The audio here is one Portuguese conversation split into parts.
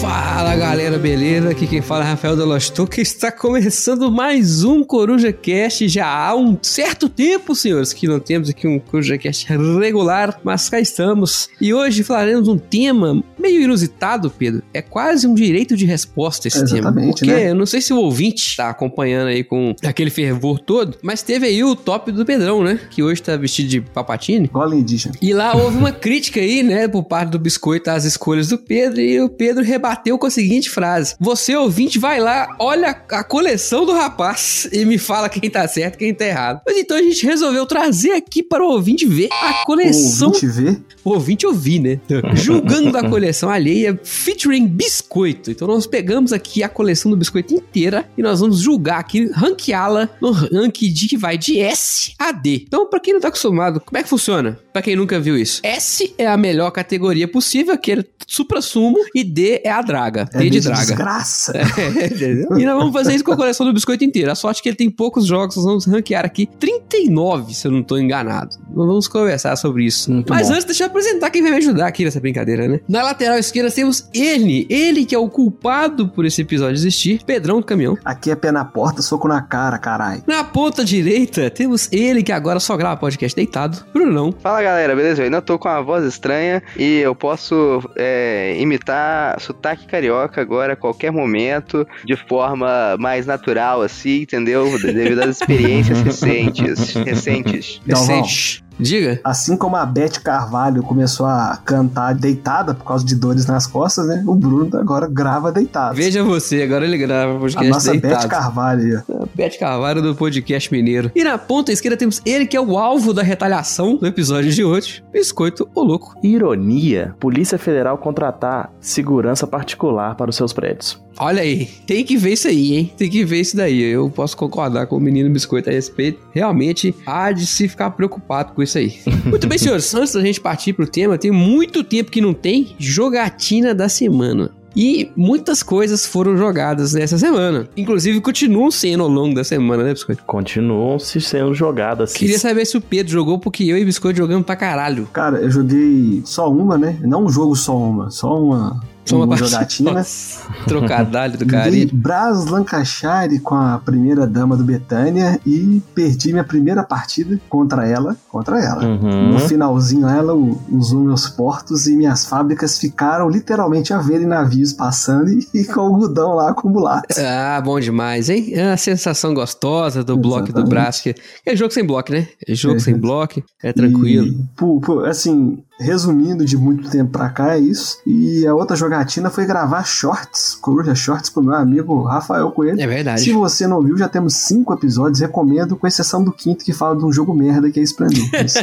Fala galera, beleza? Aqui quem fala é Rafael Delostoca e está começando mais um Coruja Cast. Já há um certo tempo, senhores, que não temos aqui um Coruja Cast regular, mas cá estamos. E hoje falaremos um tema meio inusitado, Pedro. É quase um direito de resposta esse tema. Exatamente, Porque né? eu não sei se o ouvinte está acompanhando aí com aquele fervor todo, mas teve aí o top do Pedrão, né? Que hoje tá vestido de papatine. Gola indígena. E lá houve uma crítica aí, né, por parte do Biscoito às escolhas do Pedro, e o Pedro rebateu com a seguinte frase: Você ouvinte, vai lá, olha a coleção do rapaz e me fala quem tá certo e quem tá errado. Mas então a gente resolveu trazer aqui para o ouvinte ver a coleção. Ouvinte vê. O ouvinte ouvir, né? Julgando a coleção alheia, featuring biscoito. Então nós pegamos aqui a coleção do biscoito inteira e nós vamos julgar aqui, ranqueá-la no ranking de que vai de S a D. Então, pra quem não tá acostumado, como é que funciona? Pra quem nunca viu isso. S é a melhor categoria possível, que é supra-sumo, e D é a draga. É D de meio draga. desgraça. É, e nós vamos fazer isso com a coleção do biscoito inteira. A sorte é que ele tem poucos jogos, nós vamos ranquear aqui 39, se eu não tô enganado. Nós vamos conversar sobre isso. Muito Mas bom. antes, deixa eu apresentar quem vai me ajudar aqui nessa brincadeira, né? Na lateral esquerda nós temos ele, ele que é o culpado por esse episódio existir, Pedrão do Caminhão. Aqui é pé na porta, soco na cara, carai. Na ponta direita temos ele que agora só grava podcast deitado, Brunão. Fala galera, beleza? Eu ainda tô com uma voz estranha e eu posso é, imitar sotaque carioca agora a qualquer momento, de forma mais natural, assim, entendeu? Devido às experiências recentes. recentes. Galvão. Recente. Diga. Assim como a Beth Carvalho começou a cantar deitada por causa de dores nas costas, né? O Bruno agora grava deitado. Veja você, agora ele grava a podcast nossa deitado. Beth Carvalho. aí, ó. Pet Carvalho do podcast mineiro. E na ponta esquerda temos ele que é o alvo da retaliação do episódio de hoje, Biscoito o Louco. Ironia: Polícia Federal contratar segurança particular para os seus prédios. Olha aí, tem que ver isso aí, hein? Tem que ver isso daí. Eu posso concordar com o menino Biscoito a respeito. Realmente há de se ficar preocupado com isso aí. Muito bem, senhores, antes da gente partir pro tema, tem muito tempo que não tem jogatina da semana. E muitas coisas foram jogadas nessa semana. Inclusive, continuam sendo ao longo da semana, né, Biscoito? Continuam se sendo jogadas. Queria saber se o Pedro jogou, porque eu e o Biscoito jogamos pra caralho. Cara, eu joguei só uma, né? Não um jogo só uma, só uma. Só uma uma partida. jogatina. Nossa, Trocadalho do Dei carinho. Bras Lancashire com a primeira dama do Betânia e perdi minha primeira partida contra ela. Contra ela. Uhum. No finalzinho, ela u- usou meus portos e minhas fábricas ficaram literalmente a verem navios passando e, e com algodão lá acumulado. Ah, bom demais, hein? É A sensação gostosa do bloco do Exatamente. braço. que- É jogo sem bloco, né? É jogo É. sem bloco, é tranquilo. E, pô, pô, assim, resumindo de muito tempo pra cá, é isso. E a outra jogatina foi gravar shorts, coruja shorts, pro meu amigo Rafael Coelho. É verdade. Se você não viu, já temos cinco episódios, recomendo, com exceção do quinto que fala de um jogo merda que é Splendor. Mas-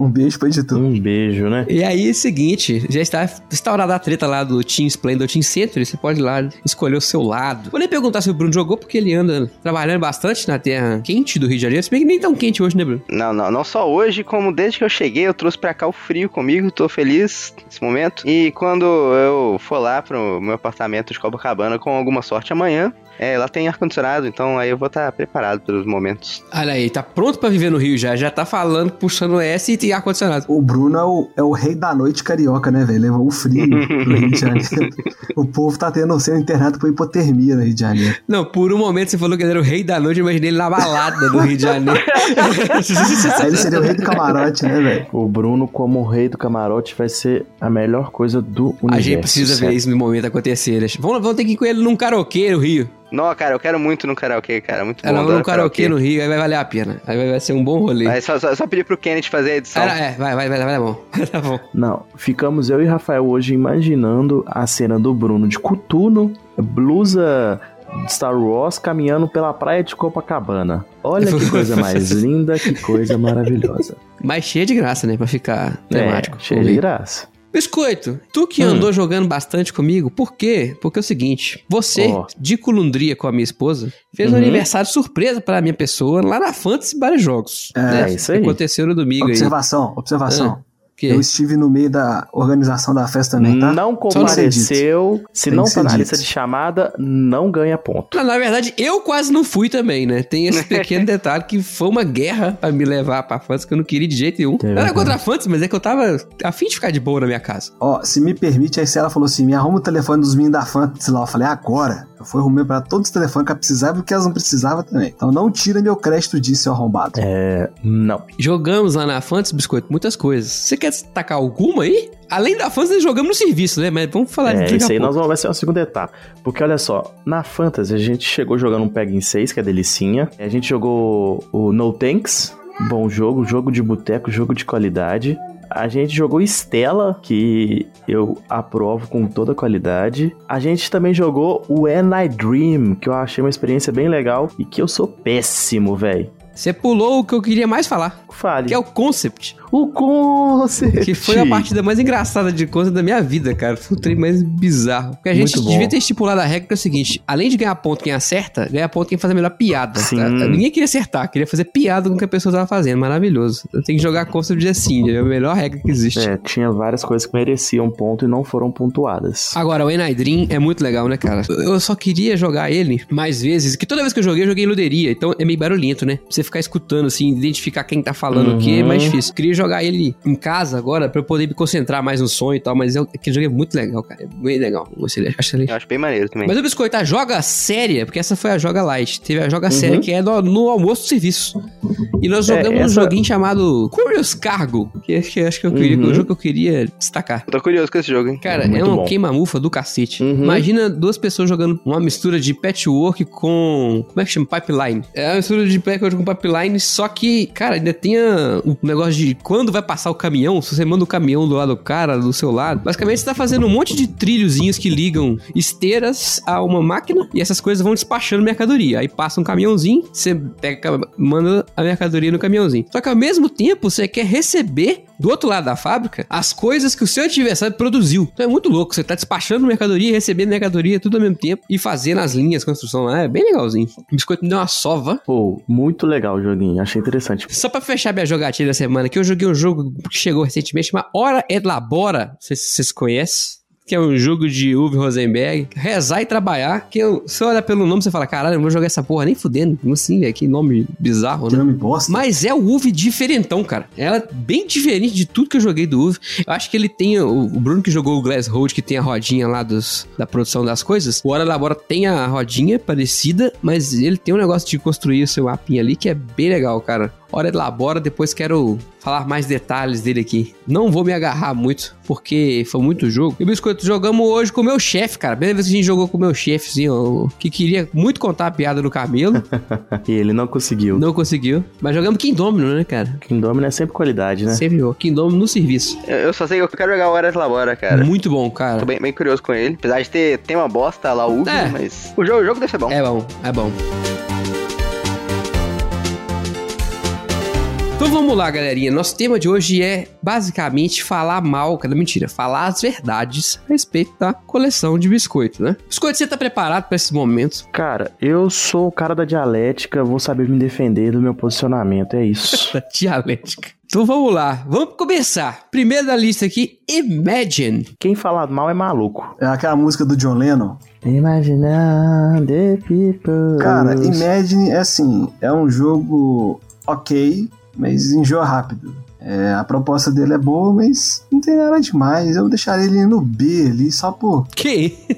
um beijo pra editor. Um beijo, né? E aí, é o seguinte, já está instaurada a treta lá do Team Splendor, Team Century, você pode ir lá escolher o seu lado. Vou nem perguntar se o Bruno jogou, porque ele anda trabalhando bastante na terra quente do Rio de Janeiro, se bem que nem tão quente hoje, né, Bruno? Não, não, não só hoje, como desde que eu cheguei, eu trouxe pra cá o frio comigo, tô feliz nesse momento. E quando eu for lá pro meu apartamento de Copacabana, com alguma sorte amanhã, é, lá tem ar-condicionado, então aí eu vou estar preparado para os momentos. Olha aí, tá pronto pra viver no Rio já, já tá falando, puxando S e tem ar-condicionado. O Bruno é o, é o rei da noite carioca, né, velho? Levou o frio pro Rio de Janeiro. O povo tá tendo sendo internado por hipotermia no Rio de Janeiro. Não, por um momento você falou que ele era o rei da noite, eu imaginei ele na balada do Rio de Janeiro. Aí ele seria o rei do camarote, né, É. velho? O Bruno, como rei do camarote, vai ser a melhor coisa do universo. A gente precisa ver certo? isso no momento acontecer. né? Vamos, vamos ter que ir com ele num karaokê no Rio. Não, cara, eu quero muito no karaokê, cara, muito bom. Ela vai adoro num É, um karaokê no Rio, aí vai valer a pena. Aí vai, vai ser um bom rolê. Aí só, só, só pedir pro Kennedy fazer a edição. Ah, é, vai, vai, vai, vai, dar bom. Vai dar bom. Não, ficamos eu e Rafael hoje imaginando a cena do Bruno de Cutuno, blusa de Star Wars, caminhando pela praia de Copacabana. Olha que coisa mais linda, que coisa maravilhosa. Mas cheia de graça, né? Pra ficar É, temático. cheio de graça. Biscoito, tu Hum. que andou jogando bastante comigo, por quê? Porque é o seguinte, você, Ó. de colundria com a minha esposa, fez um Uhum. aniversário surpresa pra minha pessoa lá na Fantasy Bar Jogos. É, né? é isso aí. Aconteceu no domingo aí. Ah, Observação, observação. Que- é? Eu estive no meio da organização da festa também, tá? Não Só não ser dito. compareceu. Se Tem não que ser tá na dito. lista de chamada, não ganha ponto. Ah, Na verdade, eu quase não fui também, né? Tem esse pequeno detalhe que foi uma guerra pra me levar pra Fantasy que eu não queria de jeito nenhum. É não era verdade. contra a Fantasy, mas é que eu tava afim de ficar de boa na minha casa. Ó, se me permite, aí se ela falou assim: me arruma o telefone dos meninos da Fantasy lá. Eu falei, agora. Eu fui arrumei pra todos os telefones que ela precisava e que elas não precisavam também. Então não tira meu crédito disso, seu arrombado. É, não. Jogamos lá na Fantasy, Biscoito, muitas coisas. Você quer destacar alguma aí? Além da Fantasy, nós jogamos no serviço, né? Mas vamos falar É, disso isso daqui aí a nós pouco. vamos, vai ser uma segunda etapa. Porque olha só, na Fantasy a gente chegou jogando um Peg em 6, que é delicinha. A gente jogou o No Tanks, bom jogo, jogo de boteco, jogo de qualidade. A gente jogou Estela, que eu aprovo com toda a qualidade. A gente também jogou o When I Dream, que eu achei uma experiência bem legal e que eu sou péssimo, velho. Você pulou o que eu queria mais falar, Fale. que é o Concept, O conceito. que foi a partida mais engraçada de Concept da minha vida, cara. Foi o trem mais bizarro. Porque a gente Muito bom. devia ter estipulado a regra que é o seguinte, além de ganhar ponto quem acerta, ganha ponto quem faz a melhor piada. Sim. tá? Ninguém queria acertar, queria fazer piada com o que a pessoa tava fazendo, maravilhoso. Eu tenho que jogar Concept assim, é a melhor regra que existe. É, tinha várias coisas que mereciam um ponto e não foram pontuadas. Agora, o Enaidrin é muito legal, né, cara? Eu só queria jogar ele mais vezes, que toda vez que eu joguei, eu joguei em luderia, então é meio barulhento, né? Pra você ficar escutando, assim, identificar quem tá falando o que é Uhum. mais difícil. Queria jogar ele em casa agora pra eu poder me concentrar mais no sonho e tal, mas eu, aquele jogo é muito legal, cara. É bem legal. Gostei, acho ele Eu acho bem maneiro também. mas o Biscoito, a joga séria, porque essa foi a joga light, teve a joga séria Uhum. que é no, no almoço do serviço. E nós É, jogamos um essa- joguinho chamado Curious Cargo, que acho que, é, acho que eu queria, Uhum. o jogo que eu queria destacar. Eu tô curioso com esse jogo, hein? Cara, Muito é um bom. queima-mufa do cacete. Uhum. Imagina duas pessoas jogando uma mistura de patchwork com. Como é que chama? Pipeline. É uma mistura de patchwork com pipeline, só que, cara, ainda tem a- o negócio de quando vai passar o caminhão, se você manda o caminhão do lado do cara, do seu lado. Basicamente, você tá fazendo um monte de trilhozinhos que ligam esteiras a uma máquina e essas coisas vão despachando mercadoria. Aí passa um caminhãozinho, você pega, manda a mercadoria no caminhãozinho. Só que ao mesmo tempo, você quer receber do outro lado da fábrica as coisas que o seu adversário produziu. Então é muito louco. Você tá despachando mercadoria, recebendo mercadoria tudo ao mesmo tempo e fazendo as linhas, construção lá. É bem legalzinho. O biscoito me deu uma sova. Pô, muito legal o joguinho, achei interessante. Só pra fechar minha jogatina da semana, que eu joguei um jogo que chegou recentemente, chama Hora Elabora. Não sei se vocês conhecem. Que é um jogo de Uwe Rosenberg, Rezar e Trabalhar, que eu, se eu olhar pelo nome, você fala, caralho, eu não vou jogar essa porra nem fudendo. Como assim, velho? Que nome bizarro, Que né? não me bosta. Mas é o Uve diferentão, cara. Ela é bem diferente de tudo que eu joguei do Uve. Eu acho que ele tem. O o Bruno que jogou o Glass Road, que tem a rodinha lá dos, da produção das coisas. O Hora Labora tem a rodinha parecida, mas ele tem um negócio de construir o seu mapinha ali que é bem legal, cara. Hora Labora, depois quero falar mais detalhes dele aqui. Não vou me agarrar muito, porque foi muito jogo. E Biscoito, jogamos hoje com o meu chefe, cara. Primeira vez que a gente jogou com o meu chefezinho, que queria muito contar a piada do Camelo. E ele não conseguiu. não conseguiu. Mas jogamos Kingdomino, né, cara? Quem domina é sempre qualidade, né? Sempre jogou. Kingdom no serviço. Eu eu só sei que eu quero jogar Horas Labora, cara. Muito bom, Tô cara. bem, bem curioso com ele. Apesar de ter tem uma bosta lá, o Ubi, É. mas. O jogo, o jogo deve ser bom. É bom, é bom. Então vamos lá, galerinha. Nosso tema de hoje é basicamente falar mal, cara, mentira, falar as verdades a respeito da coleção de biscoito, né? Biscoito, você tá preparado pra esse momento? Cara, eu sou o cara da dialética, vou saber me defender do meu posicionamento, é isso. Da dialética. Então vamos lá, vamos começar. Primeiro da lista aqui, Imagine. Quem fala mal é maluco. É aquela música do John Lennon. Imaginar the people. Cara, Imagine é assim, é um jogo ok, mas enjoa rápido. É, a proposta dele é boa, mas não tem nada demais. Eu deixaria ele no B ali, só por. Que?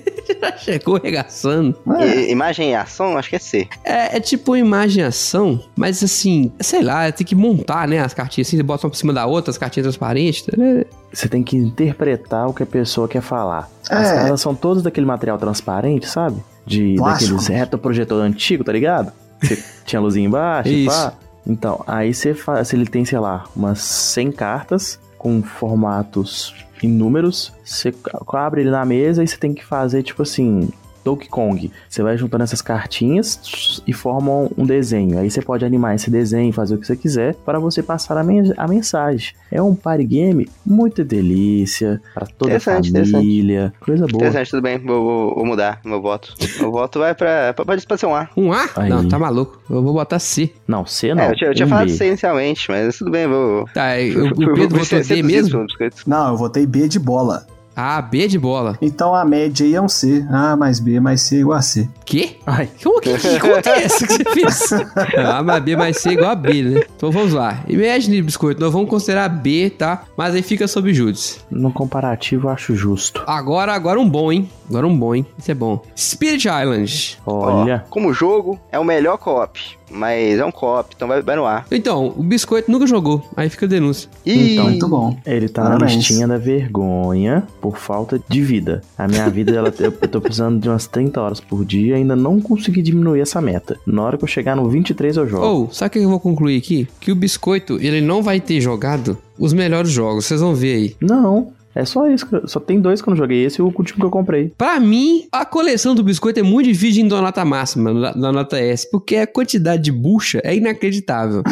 Já chegou arregaçando. É, E- imagem e ação, acho que é C. É, é tipo uma imaginação, mas assim, sei lá, tem que montar, né, as cartinhas assim, você bota uma por cima da outra, as cartinhas transparentes, né? Você tem que interpretar o que a pessoa quer falar. As É. caras são todas daquele material transparente, sabe? De Plástico. daqueles retroprojetor antigo, tá ligado? Você tinha luzinha embaixo, Isso. pá. Então, aí você faz, ele tem, sei lá, umas 100 cartas com formatos inúmeros, você c- abre ele na mesa e você tem que fazer tipo assim, Donkey Kong. Você vai juntando essas cartinhas e formam um desenho. Aí você pode animar esse desenho, fazer o que você quiser, para você passar a, men- a mensagem. É um party game muito delícia, para toda a Interessante, família, coisa boa. Interessante, tudo bem. Vou, vou- vou mudar meu voto. Meu voto vai pra. pra- Pode ser um A. Um A? Aí. Não, tá maluco. Eu vou botar C. Não, C não. é, eu tinha, eu tinha um falado B. C inicialmente, mas tudo bem, vou. é Tá, e o, o fui- Pedro fui votou D seduzido mesmo? pelo biscoito. Não, eu votei B de bola. Ah, B de bola. Então a média aí é um C. A mais B mais C é igual a C. Quê? Ai, Como que, que conta é essa que você fez? Ah, mas B mais C é igual a B, né? Então vamos lá. Imagine, biscoito, nós vamos considerar B, tá? Mas aí fica sob júdice. no comparativo eu acho justo. Agora, agora um bom, hein? Agora um bom, hein? Isso é bom. Spirit Island. Ó, Olha, como jogo, é o melhor co-op. Mas é um co-op, então vai, vai no A. Então, o biscoito nunca jogou. Aí fica a denúncia. Ih, Então, muito bom. ele tá na Parabéns. listinha da vergonha por falta de vida. A minha vida, ela, eu eu tô precisando de umas 30 horas por dia e ainda não consegui diminuir essa meta. Na hora que eu chegar no 23 eu jogo. Ou, sabe o que eu vou concluir aqui? Que o biscoito, ele não vai ter jogado os melhores jogos. Vocês vão ver aí. Não, é só isso. que eu- Só tem dois que eu não joguei. Esse e o último que eu comprei. Pra mim, a coleção do biscoito é muito difícil de dar nota máxima, na na nota S, porque a quantidade de bucha é inacreditável.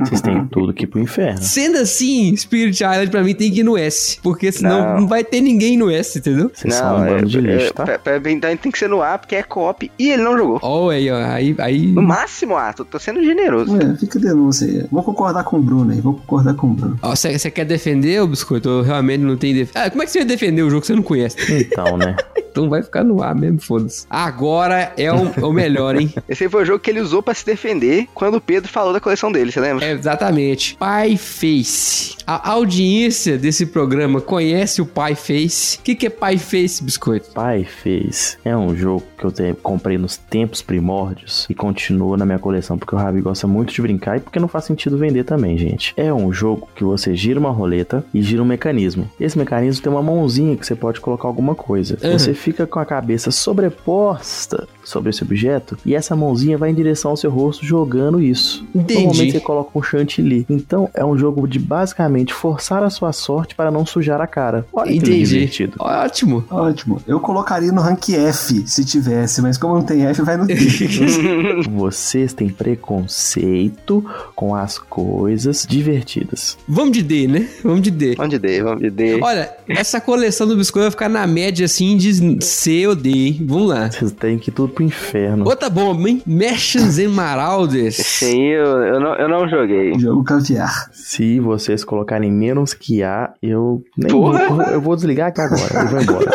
Vocês têm tudo que ir pro inferno. Sendo assim, Spirit Island pra mim tem que ir no S, porque senão não, Não. vai ter ninguém no S, entendeu? Vocês são um é, bando de lixo, tá? pra- pra- então tem que ser no A, porque é co-op e ele não jogou. Ó, oh, aí, ó, aí, aí... No máximo A, tô, tô sendo Hum. generoso. É, fica a denúncia aí. Vou concordar com o Bruno aí. Vou concordar com o Bruno. Você quer defender o biscoito? Eu realmente não tenho def... Ah, como é que você vai defender o jogo que você não conhece? Então, né? Então vai ficar no ar mesmo, foda-se. Agora é o, é o melhor, hein? Esse aí foi o jogo que ele usou pra se defender quando o Pedro falou da coleção dele, você lembra? É, exatamente. Pai Face. A audiência desse programa conhece o Pai Face. O que, que é Pai Face, biscoito? Pai fez. É um jogo que eu te- comprei nos tempos primórdios e continua na minha coleção, porque o Rabi gosta muito de brincar e porque não faz sentido vender também, gente. É um jogo que você gira uma roleta e gira um mecanismo. Esse mecanismo tem uma mãozinha que você pode colocar alguma coisa. Uhum. Você fica com a cabeça sobreposta sobre esse objeto e essa mãozinha vai em direção ao seu rosto jogando isso. Normalmente você Entendi. coloca um chantilly. Então é um jogo de basicamente forçar a sua sorte para não sujar a cara. Olha que Entendi. divertido. Ótimo. Ótimo. Eu colocaria no rank F se tivesse, mas como não tem F, vai no D. Vocês têm preconceito com as coisas divertidas. Vamos de D, né? Vamos de É. D. Vamos de D, vamos de D. Olha, essa coleção do biscoito vai ficar na média assim de C ou D, hein? Vamos lá. Vocês têm que ir tudo pro inferno. Outra bomba, hein? Merchants and Marauders. Esse aí eu, eu, não, eu não joguei. Jogo caviar. Se vocês colocarem menos que A, eu nem Porra! vou, eu vou desligar aqui agora. Eu vou embora.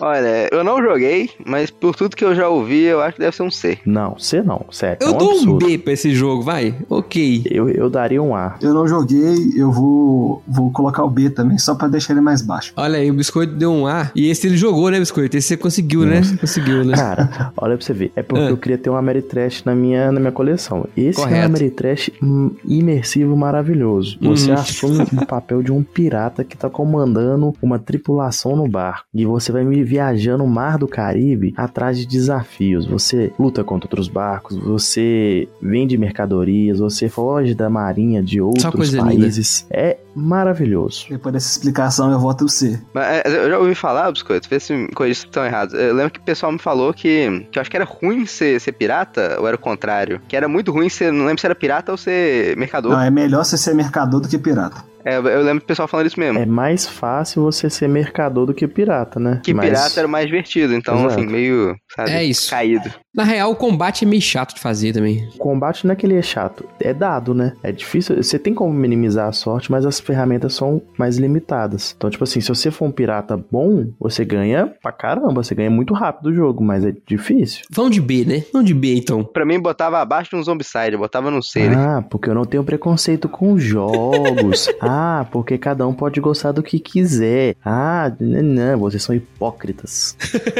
Olha, eu não joguei, mas por tudo que eu já ouvi, eu acho que deve ser um C. Não, C não, sério. é Eu um dou um absurdo. B pra esse jogo, vai. Ok. Eu, eu daria um A. Eu não joguei, eu vou, vou colocar o B também, só pra deixar ele mais baixo. Olha aí, o biscoito deu um A. E esse ele jogou, né, biscoito? Esse você conseguiu, né? Conseguiu, né? Cara, olha pra você ver. É porque Ah. eu queria ter um Ameritrash na minha, na minha coleção. Esse é um Correto. Uhum. Ameritrash hum, imersivo maravilhoso. Você assume o papel de um pirata que tá comandando uma tripulação no barco. E você vai me viajando o mar do Caribe atrás de desafios. Você luta contra outros barcos, você vende mercadorias, você foge da marinha de outros coisa linda. países. É maravilhoso. Depois dessa explicação, eu voto o C. Mas é, eu já ouvi falar, Biscoito, vê se me corrija se estão errados. Eu lembro que o pessoal me falou que, que eu acho que era ruim ser, ser pirata, ou era o contrário? Que era muito ruim ser, não lembro se era pirata ou ser mercador. Não, é melhor você ser mercador do que pirata. É, eu lembro do pessoal falando isso mesmo. É mais fácil você ser mercador do que pirata, né? Que Mas- pirata era o mais divertido, então, Exato. assim, meio, sabe, É isso. caído. Na real, o combate é meio chato de fazer também. O combate não é que ele é chato, é dado, né? É difícil, você tem como minimizar a sorte, mas as ferramentas são mais limitadas. Então, tipo assim, se você for um pirata bom, você ganha pra caramba, você ganha muito rápido o jogo, mas é difícil. Vamos de B, né? Vamos de B, então. Pra mim, botava abaixo de um zombicide, eu botava no C. né? Ah, porque eu não tenho preconceito com jogos. ah, porque cada um pode gostar do que quiser. Ah, não, não, vocês são hipócritas.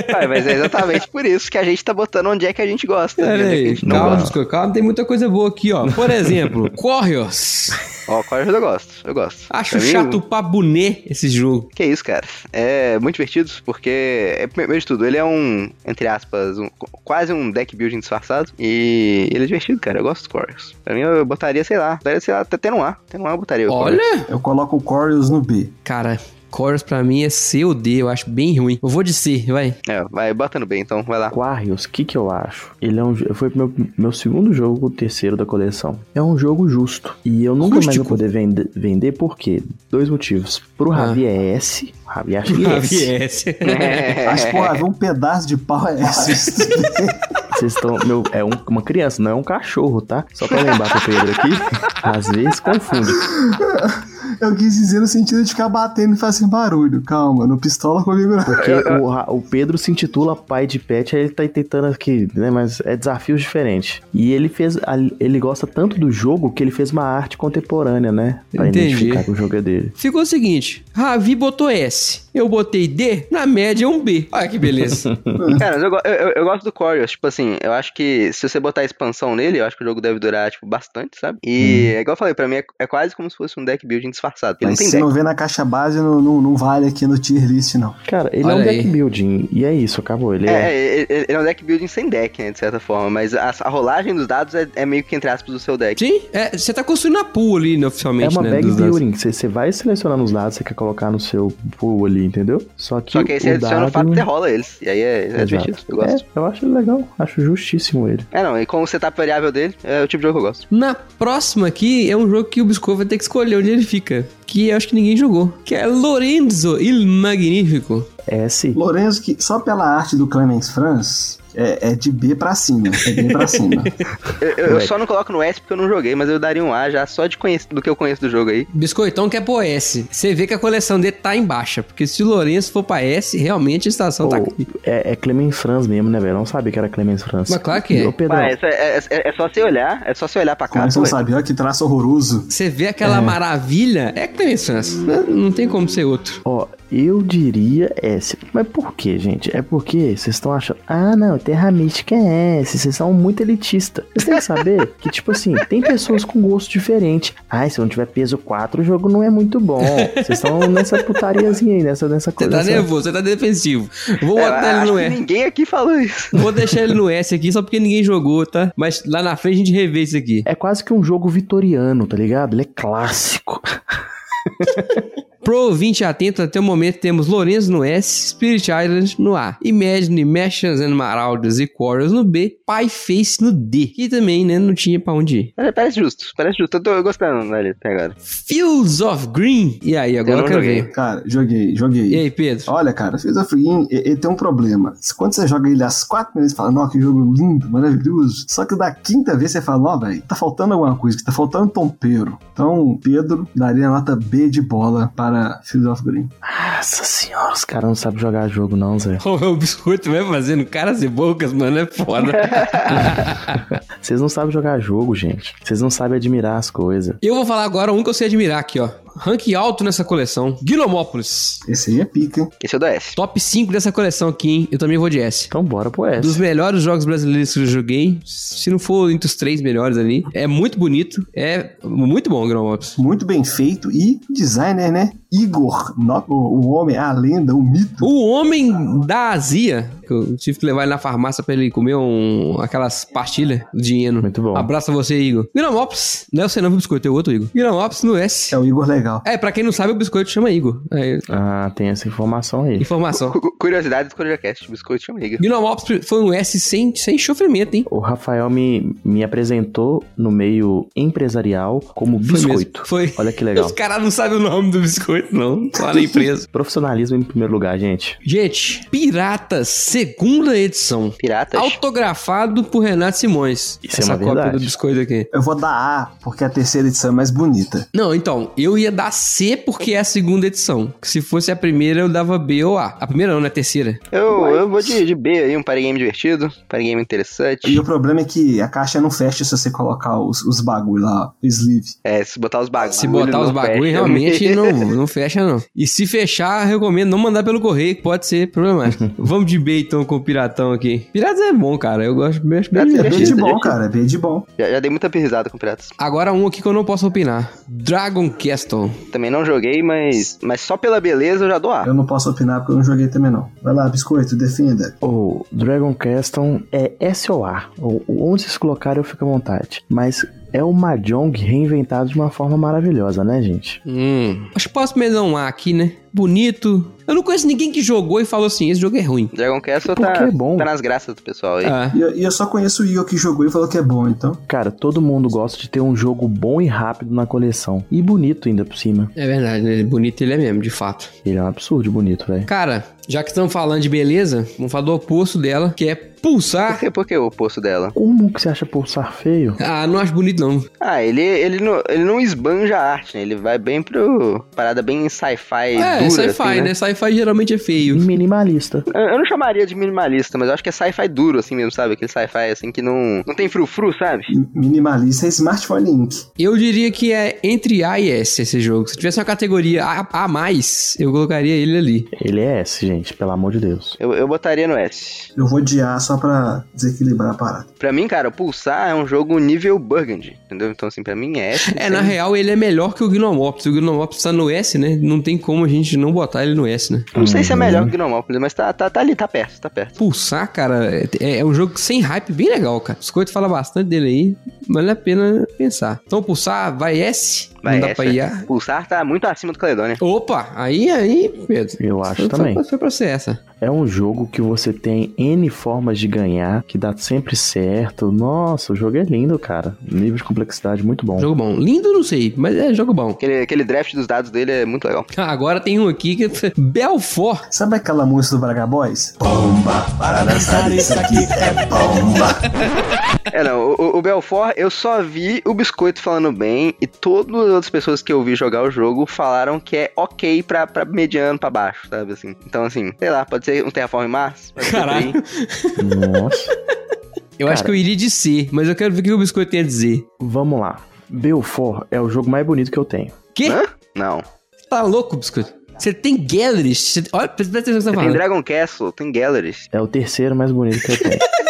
Ah. Pai, mas é exatamente por isso que a gente tá botando onde é que a gente gosta. onde é Pera que a aí, gente não né? calma, gosta. biscoito, calma. Tem muita coisa boa aqui, ó. Por exemplo, Correos. Ó, qual é eu gosto, eu gosto. Acho Tá Pra mim, chato pra buné esse jogo. Que isso, cara. É muito divertido, porque, é, primeiro de tudo, ele é um, entre aspas, um- qu- quase um deck building disfarçado. E ele é divertido, cara. Eu gosto dos Corus. Pra mim, eu tá um botaria, sei lá, botaria, sei lá, até até no ar. Até no ar eu botaria o Chorus. Olha! Eu coloco o Corius no B. Cara, Chorus pra mim é C ou D, eu acho bem ruim. Eu vou de C, vai. É, vai, bota no B então, vai lá. Aquarius, o que, que eu acho? Ele é um. jo- Foi meu, meu segundo jogo, o terceiro da coleção. É um jogo justo. E eu nunca mais vou Rústico. poder vende- vender por quê? Dois motivos. Pro Ah. Javier S. Javier acho que é S. S. É. Acho que porra, um pedaço de pau é esse. Vocês estão. Meu, é um- uma criança, não é um cachorro, tá? Só pra lembrar pro Pedro aqui. Às vezes confunde. Eu quis dizer no sentido de ficar batendo e fazendo barulho. Calma, não pistola comigo não. Porque o, Ra- o Pedro se intitula pai de pet, aí ele tá tentando aqui, né? Mas é desafios diferentes. E ele fez. a- Ele gosta tanto do jogo que ele fez uma arte contemporânea, né? Pra Entendi. identificar que o jogo é dele. Ficou o seguinte, Ravi botou S, eu botei D, na média é um B. Olha que beleza. Cara, mas eu, go- eu- eu- eu gosto do Chorus, tipo assim, eu acho que se você botar expansão nele, eu acho que o jogo deve durar, tipo, bastante, sabe? E Uhum. é igual eu falei, pra mim é, é quase como se fosse um deck building disfarçado, porque não Mas tem se deck. não vê na caixa base, não, não, não vale aqui no tier list, não. Cara, ele Olha é um aí. deck building. E é isso, acabou. Ele é. É, é, é, ele é um deck building sem deck, né, de certa forma, mas a, a rolagem dos dados é, é meio que, entre aspas, do seu deck. Sim, é, você tá construindo a pool ali, né, oficialmente, É uma né? bag dos dados. building. Você- Você vai selecionando os dados, você quer colocar no seu pool ali, entendeu? Só que, Só que aí você o adiciona o dado... fato e você rola eles, e aí é, é Exato. divertido, eu gosto. É, eu acho ele legal, acho justíssimo ele. É. não, e com o setup variável dele, é o tipo de jogo que eu gosto. Na próxima aqui é um jogo que o Biscoito vai ter que escolher onde ele fica, que eu acho que ninguém jogou, que é Lorenzo il Magnífico. S. Lourenço, que só pela arte do Clemens Franz, é, é de B pra cima. É bem pra cima. Eu, eu- eu Moleque. só não coloco no S porque eu não joguei, mas eu daria um A já só de conhecer, do que eu conheço do jogo aí. Biscoitão então quer pôr S. Você vê que a coleção dele tá em baixa, porque se o Lourenço for pra S, realmente a estação Oh. tá Pô, aqui. é, é Clemens Franz mesmo, né, velho? Eu não sabia que era Clemens Franz. Mas claro que é. Ô, Pedro, Mas é, é- é- é só você olhar, é só você olhar pra cá. um Como você não ué. sabe, olha que traço horroroso. Você vê aquela maravilha, é Clemens Franz. Não tem como ser outro. Ó, eu diria S. Mas por que, gente? É porque vocês estão achando. Ah, não, Terra Mística é S. Vocês são muito elitistas. Vocês têm que saber que, tipo assim, tem pessoas com gosto diferente. Ai, se eu não tiver peso 4, o jogo não é muito bom. Vocês estão nessa putariazinha aí, nessa, nessa Você coisa. tá nessa- nervoso, você tá defensivo. Vou É, botar ele acho no que S. ninguém aqui falou isso. Vou deixar ele no S aqui só porque ninguém jogou, tá? Mas lá na frente a gente revê isso aqui. É quase que um jogo vitoriano, tá ligado? Ele é clássico. Pro ouvinte atento, até o momento temos Lorenzo no S, Spirit Island no A, Imagine, Machines and Maraudas e Quarrels no B, Pie Face no D, que também, né, não tinha pra onde ir. Mas é, Parece justo, parece justo. Eu tô gostando velho, até agora. Fields of Green. E aí, agora Eu eu não quero joguei. ver. Cara, joguei, joguei. E aí, Pedro? Olha, cara, Fields of Green, ele tem um problema. Quando você joga ele às quatro vezes, você fala, nossa, que jogo lindo, maravilhoso. Só que da quinta vez você fala, ó, velho, tá faltando alguma coisa, que tá faltando tompeiro. Então, Pedro daria a nota B de bola para Fields of Green. Nossa senhora, os caras não sabem jogar jogo, não, Zé. O biscoito vai fazendo caras e bocas, mano, é foda. Vocês não sabem jogar jogo, gente. Vocês não sabem admirar as coisas. eu vou falar agora um que eu sei admirar aqui, ó. Rank alto nessa coleção. Gnomópolis. Esse aí é pica, hein? Esse é o do S. Top 5 dessa coleção aqui, hein? Eu também vou de S. Então bora pro Dos S. melhores jogos brasileiros que eu joguei, se não for entre os três melhores ali, é muito bonito, é muito bom o Gnomops. Muito bem feito e designer, né? Igor, no- o, o homem, a lenda, o mito. O homem da Azia, que eu tive que levar ele na farmácia pra ele comer um, aquelas pastilhas de heno. Muito bom. Abraço a você, Igor. Gnomops, não é você não, viu, biscoito, é o outro Igor. Gnomops no S. É o Igor legal. É, pra quem não sabe, o biscoito chama Igor. É, Ah, tem essa informação aí. informação. Cu- Curiosidades do CorujaCast, biscoito chama liga. Gnomops foi um S sem, sem chofrimento, hein? O Rafael me, me apresentou no meio empresarial como Foi mesmo. biscoito. Foi. Olha que legal. Os caras não sabem o nome do biscoito, não. Só na empresa. Profissionalismo em primeiro lugar, gente. Gente, Pirata segunda edição. Piratas. Autografado por Renato Simões. Isso é Essa uma cópia verdade. do biscoito aqui. Eu vou dar A, porque a terceira edição é mais bonita. Não, então, eu ia dar C porque é a segunda edição. Que se fosse a primeira, eu dava B ou A. A primeira não, né? A terceira. Eu, eu vou de, de B aí, um party game divertido, party game interessante. E o problema é que a caixa não fecha se você colocar os, os bagulho lá, o sleeve. É, se botar os bagulhos. Se botar os bagulho, realmente não, não fecha, não. E se fechar, recomendo não mandar pelo correio, que pode ser problemático. Vamos de B, então, com o Piratão aqui. Piratas é bom, cara. Eu gosto bem, acho bem Piratas é É divertido. B de bom, Divertido, divertido. cara, é B de bom. Já, já dei muita risada com piratas. Agora um aqui que eu não posso opinar. Dragon Castle. Também não joguei, mas, mas só pela beleza eu já dou A. Eu não posso opinar porque eu não joguei também não. Vai lá, biscoito, defenda. O Dragon Castle é SOA. Ou onde vocês colocarem, eu fico à vontade. Mas é o Mahjong reinventado de uma forma maravilhosa, né, gente? Hum. Acho que posso me dar um A aqui, né? bonito. Eu não conheço ninguém que jogou e falou assim: esse jogo é ruim. Dragon Castle Porque tá, é bom. tá nas graças do pessoal aí. Ah, E eu- e eu só conheço o Igor que jogou e falou que é bom, então. Cara, todo mundo gosta de ter um jogo bom e rápido na coleção. E bonito ainda por cima. é verdade, né? bonito ele é mesmo, de fato. Ele é um absurdo de bonito, velho. Cara, já que estamos falando de beleza, vamos falar do oposto dela, que é Por pulsar. que, por que o oposto dela? Como que você acha pulsar feio? Ah, não acho bonito não. Ah, ele, ele, não, ele não esbanja a arte, né? Ele vai bem pro. Parada bem sci-fi. É, dura, sci-fi, assim, né? Sci-fi geralmente é feio. Minimalista. Eu eu não chamaria de minimalista, mas eu acho que é sci-fi duro, assim mesmo, sabe? Aquele sci-fi, assim, que não, não tem frufru, sabe? Minimalista é Smartphone Inc. Eu diria que é entre A e S esse jogo. Se tivesse uma categoria A, a mais, eu colocaria ele ali. Ele é S, gente, pelo amor de Deus. Eu, eu botaria no S. Eu vou odiar só pra desequilibrar a parada. Pra mim, cara, o Pulsar é um jogo nível Burgundy, entendeu? Então, assim, pra mim é S. É, na real, ele é melhor que o Gnomops. O Gnomops tá no S, né? Não tem como a gente não botar ele no S, né? Não sei se é melhor que o Gnomópolis, mas tá, tá, tá ali, tá perto, tá perto. Pulsar, cara, é, é um jogo sem hype, bem legal, cara. Os coitos falam bastante dele aí, vale a pena pensar. Então, pulsar, vai S? Vai não dá S, pra né? ir ah? A? Pulsar tá muito acima do Caledônia. Opa, aí, aí, Pedro. Eu acho Foi- também. Foi, foi pra ser essa. É um jogo que você tem N formas de ganhar, que dá sempre certo. Nossa, o jogo é lindo, cara. Nível de complexidade muito bom. Jogo bom. Lindo, não sei, mas é jogo bom. Aquele, aquele draft dos dados dele é muito legal. Ah, Agora tem um aqui que é Belfort. Sabe aquela música do Braga Boys? Bomba! Para dançar isso aqui é bomba! É, não, o, o Belfort, eu só vi o Biscoito falando bem e todas as outras pessoas que eu vi jogar o jogo falaram que é ok pra, pra mediano, pra baixo, sabe assim. Então, assim, sei lá, pode ser um Terraform em Mars? pode ser Caralho. tri. Nossa. Eu acho que eu iria de C, mas eu quero ver o que o Biscoito tem a dizer. Vamos lá. Belfort é o jogo mais bonito que eu tenho. Quê? Hã? Não. Tá louco, Biscoito? Você tem Gellish? Você- Olha, presta atenção no que você tá Tem falando. Dragon Castle, tem Galleries. É o terceiro mais bonito que eu tenho.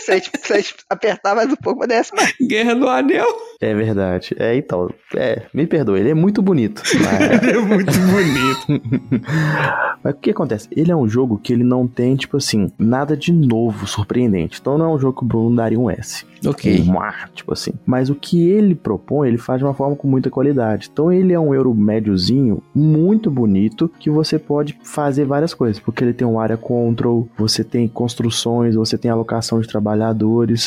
Se a gente, se a gente apertar mais um pouco, vai desce mais. Guerra do Anel. É verdade. É, então. É, me perdoe, ele é muito bonito. Mas... É muito bonito. Mas o que acontece? Ele é um jogo que ele não tem, tipo assim, nada de novo, surpreendente. Então não é um jogo que o Bruno daria um S. ok. Um ar, tipo assim. Mas o que ele propõe, ele faz de uma forma com muita qualidade. Então ele é um euro médiozinho, muito bonito, que você pode fazer várias coisas. Porque ele tem um área control, você tem construções, você tem alocação de trabalhadores.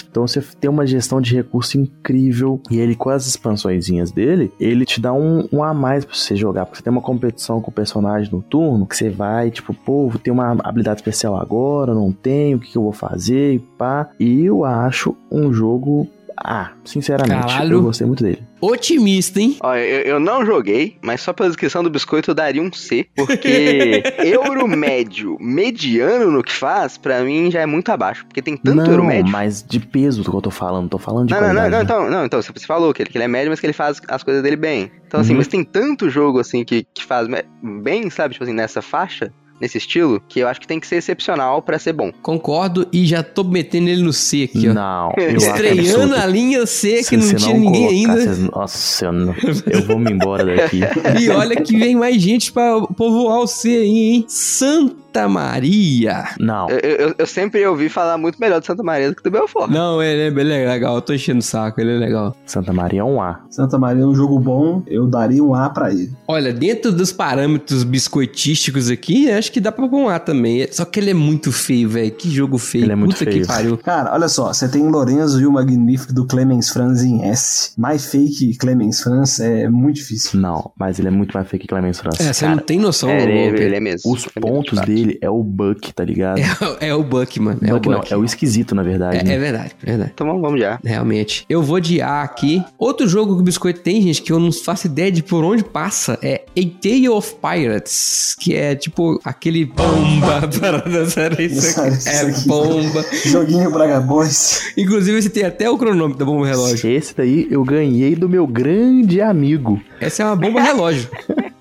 Então você tem uma gestão de recurso incrível. E ele, com as expansõezinhas dele, ele te dá um, um a mais pra você jogar. Porque você tem uma competição com o personagem no turno, que você vai, tipo, pô, vou ter uma habilidade especial agora, não tenho, o que, que eu vou fazer, e pá. E eu acho um jogo... Ah, sinceramente, Caralho. eu gostei muito dele. Otimista, hein? Ó, eu, eu não joguei, mas só pela descrição do biscoito eu daria um C, porque euro médio, mediano no que faz, pra mim já é muito abaixo, porque tem tanto euro não, médio. mas de peso do que eu tô falando, tô falando de Não, não, não, qualidade. né? não, então, não, então, você você falou que ele, que ele é médio, mas que ele faz as coisas dele bem. Então, assim, Uhum. mas tem tanto jogo, assim, que, que faz me- bem, sabe, tipo assim, nessa faixa, nesse estilo, que eu acho que tem que ser excepcional pra ser bom. Concordo e já tô metendo ele no C aqui, tá ó. Não, eu acho Estreando absurdo. a linha C Se que não você tinha ninguém colocar, ainda. vocês- Nossa, eu, não- eu vou me embora daqui. E olha que vem mais gente pra povoar o C aí, hein? Santa Maria. Não, Eu, eu- eu- eu sempre ouvi falar muito melhor do Santa Maria do que do Belfort. Não, ele é, ele é legal. Eu tô enchendo o saco, ele é legal. Santa Maria é um A. Santa Maria é um jogo bom, eu daria um A pra ele. Olha, dentro dos parâmetros biscoitísticos aqui, acho que dá pra pôr um A também. Só que ele é muito feio, velho. Que jogo feio. Ele é muito Puta que feio. pariu. Cara, olha só, você tem Lorenzo e o Magnífico do Clemens Franz em S. My Fake Clemens Franz é muito difícil. Não, mas ele é muito mais feio que Clemens França. É, você Cara, não tem noção, É, ô, ele, ele Pedro. é mesmo. Então, Os Ele é mesmo, de pontos fato. dele é o Buck, tá ligado? é, o Buck, mano. É o Buck não, Buck. é o esquisito, na verdade. É, né? é verdade, é verdade. Então vamos, vamos já. Realmente. Eu vou de A aqui. Outro jogo que o Biscoito tem, gente, que eu não faço ideia de por onde passa, é A Tale of Pirates, que é tipo aquele bomba para dançar isso aqui. Isso É aqui. bomba. Joguinho Braga Boys. Inclusive, você tem até o cronômetro da bomba relógio. Esse daí eu ganhei do meu grande amigo. Essa é uma bomba relógio.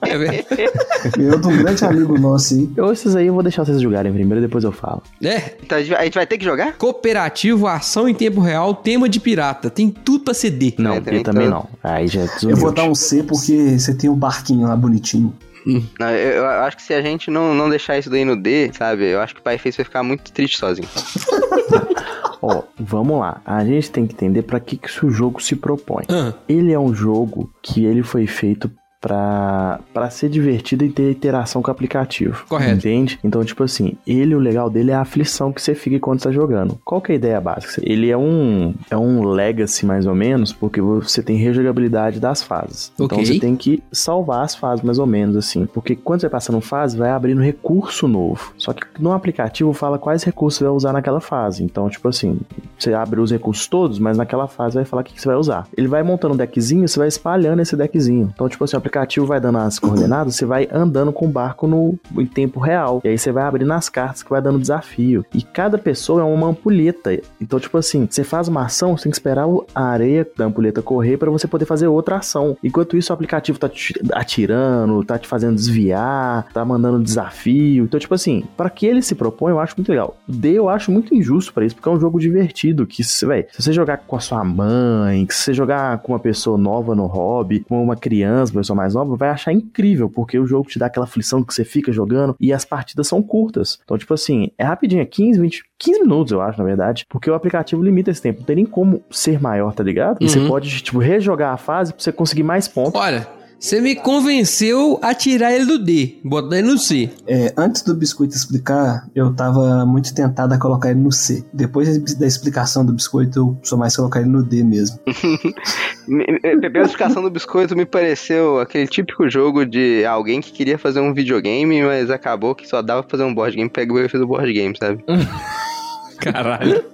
É verdade. Eu de um grande amigo nosso aí. Eu, esses aí eu vou deixar vocês julgarem primeiro, depois eu falo. É. Então a gente vai- a gente vai ter que jogar? Cooperativo, ação em tempo real, tema de pirata. Tem tudo pra CD. Não, É, eu também também, tô- não. Aí já é Eu vou desumilde. dar um C porque você tem o barquinho lá bonitinho. Não, eu, eu acho que se a gente não, não deixar isso daí no D, sabe? Eu acho que o pai fez vai ficar muito triste sozinho. Ó, vamos lá. A gente tem que entender pra que, que o jogo se propõe. Ah, Ele é um jogo que ele foi feito pra, pra ser divertido e ter interação com o aplicativo. Correto. Entende? Então, tipo assim, ele, o legal dele é a aflição que você fica quando você tá jogando. Qual que é a ideia básica? Ele é um, é um legacy, mais ou menos, porque você tem rejogabilidade das fases. Então, Ok. você tem que salvar as fases, mais ou menos, assim. Porque quando você passa numa fase, vai abrindo recurso novo. Só que no aplicativo fala quais recursos você vai usar naquela fase. Então, tipo assim, você abre os recursos todos, mas naquela fase vai falar o que que você vai usar. Ele vai montando um deckzinho, você vai espalhando esse deckzinho. Então, tipo assim, o aplicativo vai dando as coordenadas, você vai andando com o barco no, em tempo real. E aí você vai abrindo as cartas que vai dando desafio. E cada pessoa é uma ampulheta. Então, tipo assim, você faz uma ação, você tem que esperar o- a areia da ampulheta correr pra você poder fazer outra ação. Enquanto isso, o aplicativo tá te atirando, tá te fazendo desviar, tá mandando desafio. Então, tipo assim, pra que ele se propõe, eu acho muito legal. O D eu acho muito injusto pra isso, porque é um jogo divertido. Que, se- véi, se você jogar com a sua mãe, que se você jogar com uma pessoa nova no hobby, com uma criança, uma pessoa mais nova, vai achar incrível, porque o jogo te dá aquela aflição que você fica jogando e as partidas são curtas. Então, tipo assim, é rapidinho, é 15, 20, 15 minutos, eu acho, na verdade, porque o aplicativo limita esse tempo. Não tem nem como ser maior, tá ligado? E você Uhum. pode, tipo, rejogar a fase pra você conseguir mais pontos. Olha, você me convenceu a tirar ele do D, botar ele no C. É, antes do biscoito explicar, eu tava muito tentado a colocar ele no C. Depois da explicação do biscoito, eu sou mais colocar ele no D mesmo. Me- me- Pela explicação do biscoito me pareceu aquele típico jogo de alguém que queria fazer um videogame, mas acabou que só dava pra fazer um board game, pegou e fez o board game, sabe? Caralho.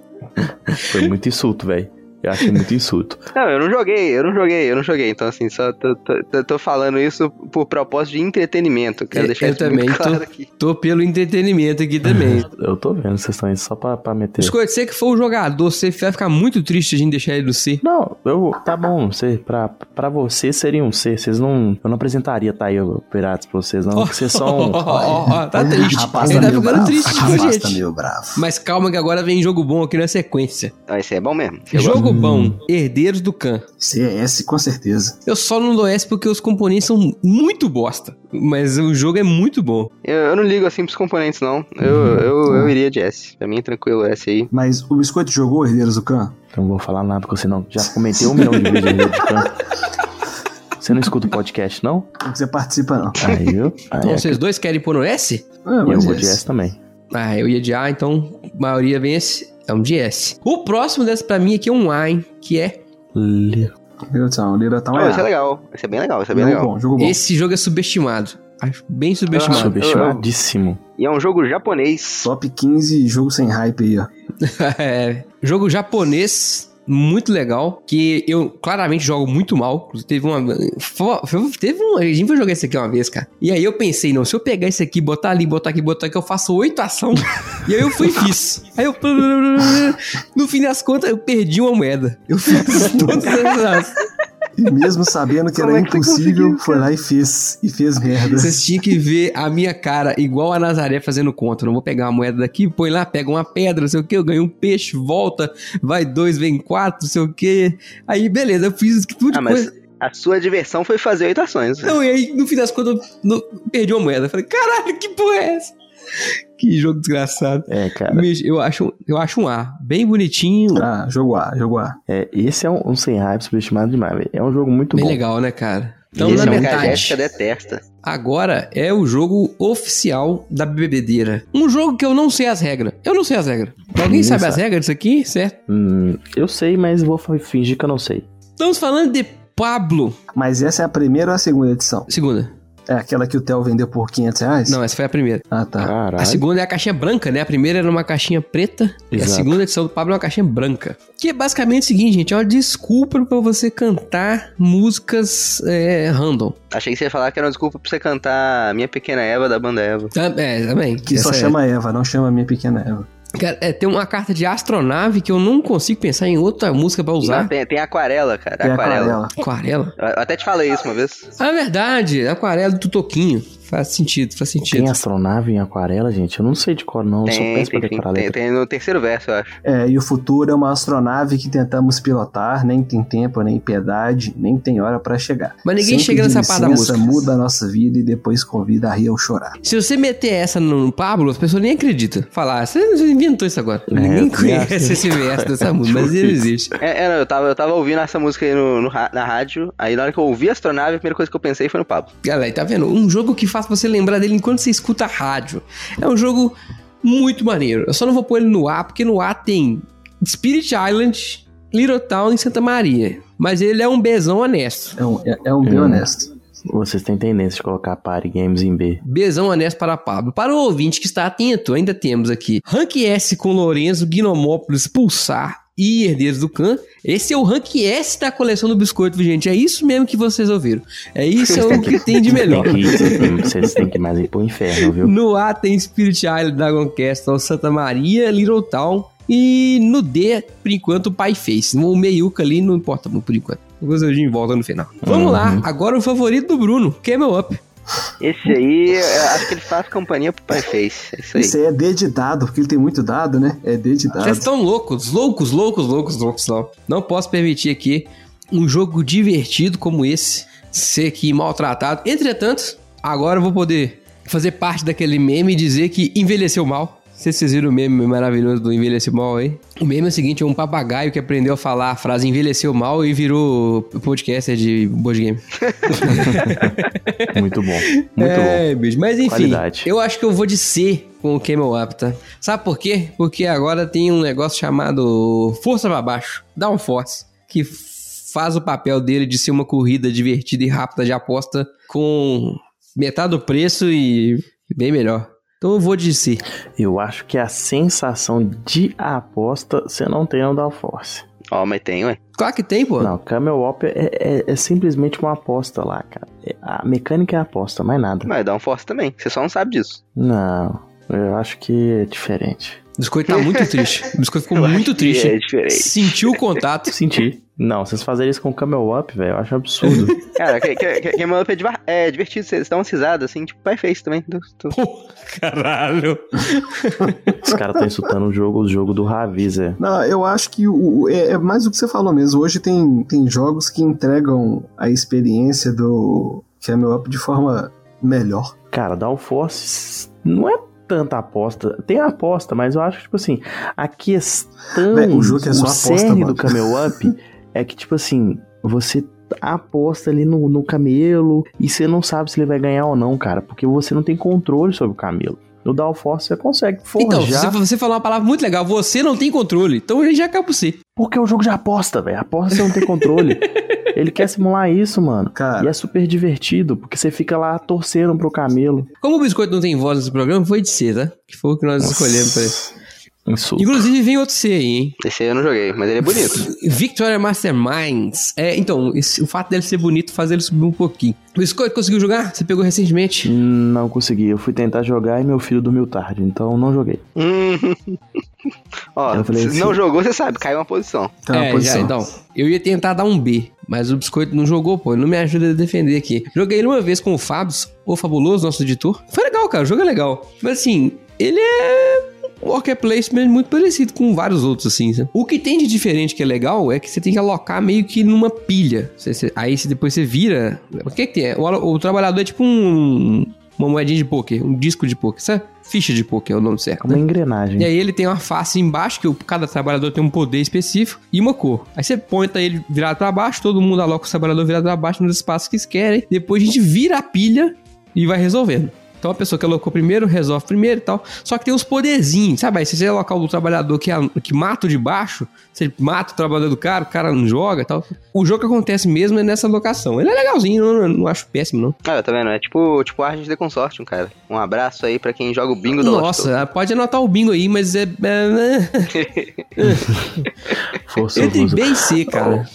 Foi muito insulto, velho. Eu achei muito insulto. Não, eu não joguei, eu não joguei, eu não joguei. Então, assim, só tô, tô- tô- tô falando isso por propósito de entretenimento. Quero Eu- deixar eu isso muito também tô- claro aqui. Tô pelo entretenimento aqui também. Eu tô vendo, vocês estão aí só pra, pra meter. Biscoito, você que for o jogador, você vai ficar muito triste de gente deixar ele no C. Não, eu. Tá bom, você, pra, pra você seria um C. Vocês não. Eu não apresentaria Taio Piratas pra vocês, não. Porque vocês são. um Ó, ó, ó, tá triste. Rapaz, ele tá tá meio bravo. ficando triste com Rapaz, a tá gente. meio bravo. Mas calma que agora vem jogo bom aqui na sequência. Ah, esse é bom mesmo. Eu gosto. jogo gosto. bom, Herdeiros do Khan. CS, com certeza. Eu só não dou S porque os componentes são muito bosta. Mas o jogo é muito bom. Eu, eu não ligo assim pros componentes, não. Eu, Uhum. eu, eu iria de S. Pra mim, é tranquilo, S aí. Mas o biscoito jogou Herdeiros do Khan? Não vou falar nada com você, não. Já comentei um milhão de vezes no de canto. Você não escuta o podcast, não? Não que você participa, não. Aí eu. Aí Então é vocês dois querem pôr no S? Ah, que eu mas vou de yes. S também. Ah, eu ia de A, então a maioria vem S. É um de S. O próximo dessa pra mim aqui é um A, hein? Que é. Li- Liratão, Liratão Ah, é esse é A. legal. Esse é bem legal, esse é bem Jogo legal. bom, jogo bom. Esse jogo é subestimado. Acho bem subestimado. Subestimadíssimo. E é um jogo japonês. Top 15, jogo sem hype aí, ó. É, jogo japonês muito legal, que eu claramente jogo muito mal. Teve uma. fo- Teve um. A gente foi jogar isso aqui uma vez, cara. E aí eu pensei, não, se eu pegar isso aqui, botar ali, botar aqui, botar aqui, eu faço oito ação. e aí eu fui e fiz. Aí eu. No fim das contas, eu perdi uma moeda. Eu fiz todas as. E mesmo sabendo que era Como é que você impossível, conseguiu, foi lá e fez. E fez merda. Vocês tinham que ver a minha cara, igual a Nazaré fazendo conta. Não vou pegar uma moeda daqui, põe lá, pega uma pedra, não sei o que, eu ganho um peixe, volta, vai dois, vem quatro, não sei o que. Aí, beleza, eu fiz tudo de Ah, mas coisa. a sua diversão foi fazer oito ações. Não, e aí, no fim das contas, eu no- perdi uma moeda. Eu Falei, caralho, que porra é essa? Que jogo desgraçado. É, cara. Bicho, Eu acho, eu acho um A, bem bonitinho, Ah, jogo A, jogo A. É, esse é um, um sem hype subestimado demais, velho. É um jogo muito bem bom. legal, né, cara? Então, Esse na é um que a metade. Jéssica detesta. Agora é o jogo oficial da bebedeira. Um jogo que eu não sei as regras. Eu não sei as regras. Alguém Ninguém sabe, sabe. as regras disso aqui, certo? Hum, eu sei, mas vou fa- fingir que eu não sei. Estamos falando de Pablo. Mas essa é a primeira ou a segunda edição? Segunda. É aquela que o Theo vendeu por 500 reais? Não, essa foi a primeira. Ah, tá. Caralho. A segunda é a caixinha branca, né? A primeira era uma caixinha preta. E a Exato. segunda edição do Pablo é uma caixinha branca. Que é basicamente o seguinte, gente. É uma desculpa pra você cantar músicas é, random. Achei que você ia falar que era uma desculpa pra você cantar Minha Pequena Eva da banda Eva. Tam- É, também. Que só Essa é- chama Eva, não chama minha pequena Eva. Cara, é, tem uma carta de astronave que eu não consigo pensar em outra música pra Não, usar. tem, tem aquarela, cara. Tem É aquarela. É aquarela. Aquarela. Eu até te falei isso uma vez. Ah, é verdade, aquarela do Toquinho. Faz sentido, faz Tem sentido. astronave em aquarela, gente? Eu não sei de cor, não. Eu sou Tem, péssimo tem, pra tem, decorar tem, letra. tem no terceiro verso, eu acho. É, e o futuro é uma astronave que tentamos pilotar, nem tem tempo, nem piedade, nem tem hora pra chegar. Mas ninguém Sempre chega nessa de parte da licença, música. muda a nossa vida e depois convida a rir ou chorar. Se você meter essa no Pablo, as pessoas nem acreditam. Falar, você você inventou isso agora. Ninguém É, eu também acho. conhece esse verso dessa música, mas ele existe. É, é, não, eu tava, eu tava ouvindo essa música aí no, no ra- na rádio, aí na hora que eu ouvi a astronave, a primeira coisa que eu pensei foi no Pablo. Galera, tá vendo? Um jogo que faz você lembrar dele enquanto você escuta a rádio. É um jogo muito maneiro. Eu só não vou pôr ele no ar, porque no ar tem Spirit Island, Little Town e Santa Maria. Mas ele é um bezão honesto. É um, é, é um bem Hum. honesto. Vocês têm tendência de colocar Party Games em B. Bezão honesto para Pablo. Para o ouvinte que está atento, ainda temos aqui Rank S com Lourenço, Gnomópolis, Pulsar e Herdeiros do Khan. Esse é o Rank S da coleção do Biscoito, gente. É isso mesmo que vocês ouviram. É isso é o que tem de melhor. Tem que ir, vocês têm- vocês têm que ir mais ir pro inferno, viu? No A tem Spirit Island, Dragon Castle, Santa Maria, Little Town. E no D, por enquanto, o Pai Face. O Meiuca ali não importa muito por enquanto. O Gozardinho volta no final. Vamos Uhum. lá, agora o favorito do Bruno, Camel Up. Esse aí, eu acho que ele faz companhia pro Pai Face. É isso aí. Isso aí é D de dado, porque ele tem muito dado, né? É D de Vocês dado. estão loucos, loucos, loucos, loucos, loucos. Não. não posso permitir aqui um jogo divertido como esse ser aqui maltratado. Entretanto, agora eu vou poder fazer parte daquele meme e dizer que envelheceu mal. Não sei se vocês viram o meme maravilhoso do envelheceu mal aí. O meme é o seguinte, é um papagaio que aprendeu a falar a frase envelheceu mal e virou podcaster de board game. Muito bom. Muito bom. é, bicho. Mas enfim, Qualidade. eu acho que eu vou de C com o Camel Up, tá? Sabe por quê? Porque agora tem um negócio chamado Força Pra Baixo, Downforce, que f- faz o papel dele de ser uma corrida divertida e rápida de aposta com metade do preço e bem melhor. Então eu vou de C. Eu acho que a sensação de aposta você não tem no Downforce. Ó, mas tem, ué. Claro que tem, pô. Não, Camel Up é, é- é simplesmente uma aposta lá, cara. É- A mecânica é aposta, mais nada. Mas dá um force também. Você só não sabe disso. Não, eu acho que é diferente. O biscoito tá muito triste. O biscoito ficou Eu muito acho que triste. É diferente. Sentiu o contato. Senti. Não, vocês fazerem isso com Camel Up, velho, eu acho absurdo. Cara, que, que, que, que meu up é, divar- é divertido. Vocês dão umas risadas, assim, tipo Pai Face também. Tu- tu- Caralho. Os caras estão insultando o jogo, o jogo do Raviza. Não, eu acho que o, o- é, é mais o que você falou mesmo. Hoje tem, tem jogos que entregam a experiência do Camel Up de forma melhor. Cara, Downforce não é tanta aposta. Tem aposta, mas eu acho que, tipo assim, a questão. Véi, o jogo é só o aposta, cerne mano. do Camel Up é que, tipo assim, você aposta ali no, no camelo e você não sabe se ele vai ganhar ou não, cara, porque você não tem controle sobre o camelo. No Downforce você consegue Então, forjar. você, você falou uma palavra muito legal. Você não tem controle. Então ele já acaba por si. Porque é um jogo de aposta, velho. Aposta você não tem controle. ele quer simular isso, mano. E Cara, é super divertido, porque você fica lá torcendo pro camelo. Como o biscoito não tem voz nesse programa, foi de C, tá? Que foi o que nós escolhemos pra ele. Insulto. Inclusive, vem outro C aí, hein? Esse aí eu não joguei, mas ele é bonito. Victoria Masterminds. É, então, esse- o fato dele ser bonito faz ele subir um pouquinho. O biscoito conseguiu jogar? Você pegou recentemente? Não consegui. Eu fui tentar jogar e meu filho dormiu tarde, então não joguei. Hum. Ó, Eu falei se assim- não jogou, você sabe, caiu uma posição. tá uma é, posição. já, então. Eu ia tentar dar um B, mas o biscoito não jogou, pô. Ele não me ajuda a defender aqui. Joguei ele uma vez com o Fabs, o fabuloso nosso editor. Foi legal, cara. O jogo é legal. Mas assim, ele é um worker placement muito parecido com vários outros, assim. sabe? O que tem de diferente que é legal é que você tem que alocar meio que numa pilha. Você- você- aí você, depois você vira. O que é que tem? O, alo- o trabalhador é tipo um. Uma moedinha de poker, um disco de poker, sabe? Ficha de poker é o nome certo. É uma Né? engrenagem. E aí ele tem uma face embaixo, que o- cada trabalhador tem um poder específico, e uma cor. Aí você ponta ele virado pra baixo, todo mundo aloca o trabalhador virado pra baixo nos espaços que eles querem. Depois a gente vira a pilha e vai resolvendo. Então a pessoa que alocou primeiro resolve primeiro e tal. Só que tem uns poderzinhos, sabe? Aí se você alocar o trabalhador que, a- que mata o de baixo, você mata o trabalhador do cara, o cara não joga e tal. O jogo que acontece mesmo é nessa alocação. Ele é legalzinho, eu não, não acho péssimo, não. Ah, tá vendo? É tipo, tipo Argent The Consortium, cara. Um abraço aí pra quem joga o bingo da Lost. Nossa, pode anotar o bingo aí, mas é. é- Força Entre usa. B e C, cara.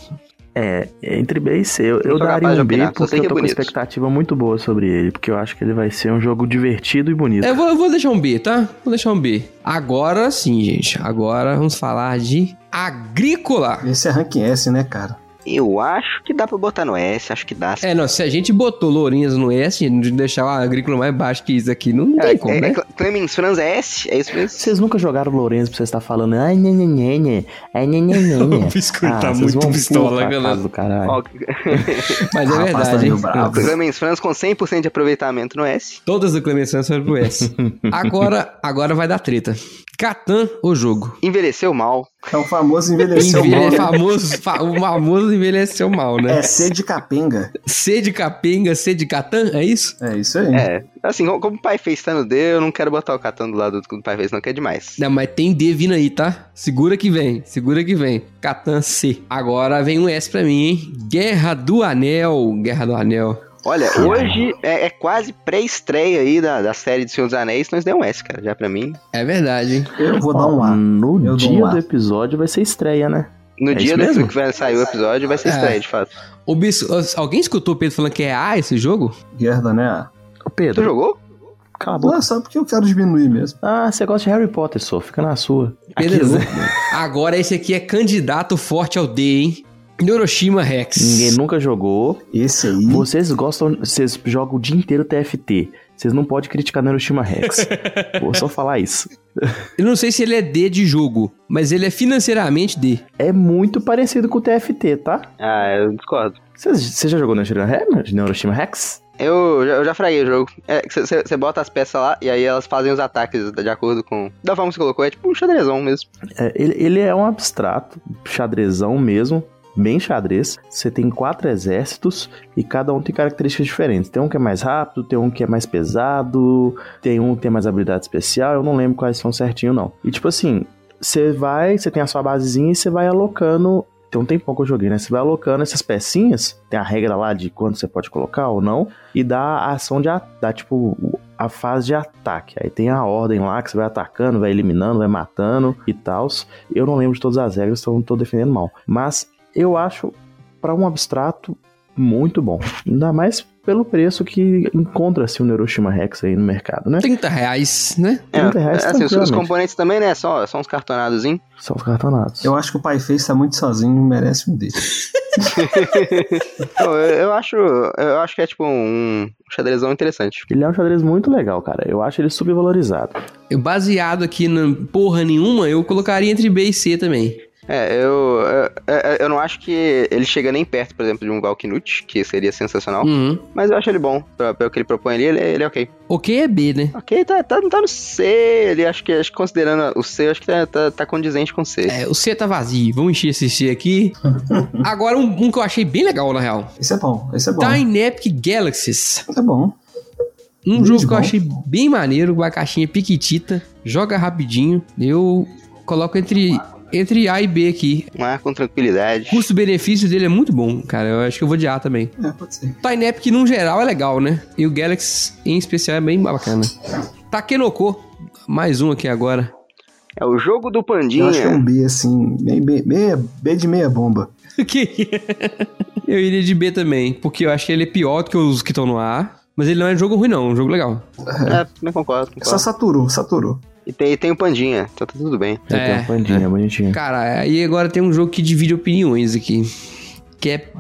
É, entre B e C. Eu, eu sou daria capaz de um B opinar, só porque sei eu que é tô com uma bonito. expectativa muito boa sobre ele. Porque eu acho que ele vai ser um jogo divertido e bonito. Eu vou, eu vou deixar um B, tá? Vou deixar um B. Agora sim, gente. Agora vamos falar de agrícola. Esse é rank S, né, cara? Eu acho que dá pra botar no S, acho que dá. É, não, se a gente botou Lourinhas no S, de deixar a agrícola mais baixa que isso aqui, não É, tem como, é, né? é Cle- Clemens Franz é S? É isso mesmo? Vocês nunca jogaram Lourenço pra você estar falando ai, nhe, nhe, nhe, nhe, ai, nhe, nhe, nhe, nhe. O biscoito tá Ah, vocês muito vão pistola, pra galera. casa do caralho. Ó, Mas é Rapaz, tá verdade, meio hein? bravo. Clemens Franz com 100% de aproveitamento no S. Todas do Clemens Santos foram pro S. Agora, agora vai dar treta. Catan, o jogo. Envelheceu mal. É o famoso envelheceu mal. Envelhe... é né? Famoso, fa- o famoso envelheceu mal, né? É C de capenga. C de capenga, C de Catan, é isso? É isso aí. É. Assim, co- como o pai fez tá no D, eu não quero botar o Catan do lado do do pai fez, não, que é demais. Não, mas tem D vindo aí, tá? Segura que vem, segura que vem. Catan C. Agora vem um S pra mim, hein? Guerra do Anel. Guerra do Anel. Olha, hoje é, é quase pré-estreia aí da, da série de Senhor dos Anéis, nós deu um S, cara, já pra mim. É verdade, hein? Eu vou Ó, dar um Hum. A. No Eu dou dia um A. do episódio vai ser estreia, né? No É dia isso do mesmo? que vai sair o episódio, vai ser É. estreia, de fato. Ô, Bis, alguém escutou o Pedro falando que é A esse jogo? Guerra, né? Ô, Tu Pedro, jogou? Tá cala a boca. Não, só porque eu quero diminuir mesmo. Ah, você gosta de Harry Potter, só fica na sua. Pedro é Aqui, louco, mano. Agora esse aqui é candidato forte ao D, hein? Neuroshima Rex. Ninguém nunca jogou. Esse aí. Vocês gostam, vocês jogam o dia inteiro TFT. Vocês não podem criticar Neuroshima Rex. Vou só falar isso. Eu não sei se ele é D de jogo, mas ele é financeiramente D. É muito parecido com o TFT, tá? Ah, eu discordo. Vocês- Você já jogou Neuroshima Rex? Neuroshima Rex? Eu, já- eu já fraguei o jogo. É, Você bota as peças lá e aí elas fazem os ataques de acordo com. Da forma que você colocou, é tipo um xadrezão mesmo. É, ele, ele é um abstrato, xadrezão mesmo, bem xadrez. Você tem quatro exércitos e cada um tem características diferentes. Tem um que é mais rápido, tem um que é mais pesado, tem um que tem mais habilidade especial. Eu não lembro quais são certinho, não. E tipo assim, você vai, você tem a sua basezinha e você vai alocando. Tem um tempão que eu joguei, né? Você vai alocando essas pecinhas, tem a regra lá de quando você pode colocar ou não, e dá a ação de. a- dá tipo a fase de ataque. Aí tem a ordem lá que você vai atacando, vai eliminando, vai matando e tal. Eu não lembro de todas as regras, então não tô defendendo mal. Mas eu acho, pra um abstrato, muito bom. Ainda mais pelo preço que encontra-se o Neuroshima Rex aí no mercado, né? 30 reais, né? É, 30 reais assim, os, os tranquilamente. componentes também, né? Só, só uns cartonados, hein? São os cartonados. Eu acho que o pai fez tá muito sozinho e merece um D. Então, eu, eu acho. Eu acho que é tipo um xadrezão interessante. Ele é um xadrez muito legal, cara. Eu acho ele subvalorizado. Eu, baseado aqui na porra nenhuma, eu colocaria entre B e C também. É, eu, eu, eu- eu não acho que ele chega nem perto, por exemplo, de um Valknut, que seria sensacional. Uhum. Mas eu acho ele bom. Pra- Pelo que ele propõe ali, ele, ele é ok. O que é B, né? Ok, tá, tá, tá no C. Ele acho que, acho que considerando o C, acho que tá, tá, tá condizente com C. É, o C tá vazio, vamos encher esse C aqui. Agora um, um que eu achei bem legal, na real. Esse é bom, esse é Tá bom. Dynapic Galaxies. É bom. Um Muito jogo que bom. eu achei bem maneiro, uma caixinha piquitita, joga rapidinho. Eu coloco entre, entre A e B aqui. Um ar com tranquilidade. Custo-benefício dele é muito bom, cara. Eu acho que eu vou de A também. É, pode ser. Tinep, que num geral é legal, né? E o Galaxy em especial é bem bacana. Takenoko, mais um aqui agora. É o jogo do Eu acho que é Pandinha. um B, assim, bem, bem, meia- B de meia bomba. Que- é? eu iria de B também, porque eu acho que ele é pior do que os que estão no A. Mas ele não é um jogo ruim, não. É um jogo legal. É, também concordo, Tá. Só concordo. saturou, saturou. E tem, tem o Pandinha, então tá tudo bem. Ele É, tem um pandinha bonitinho. Cara, aí agora tem um jogo que divide opiniões aqui. Que é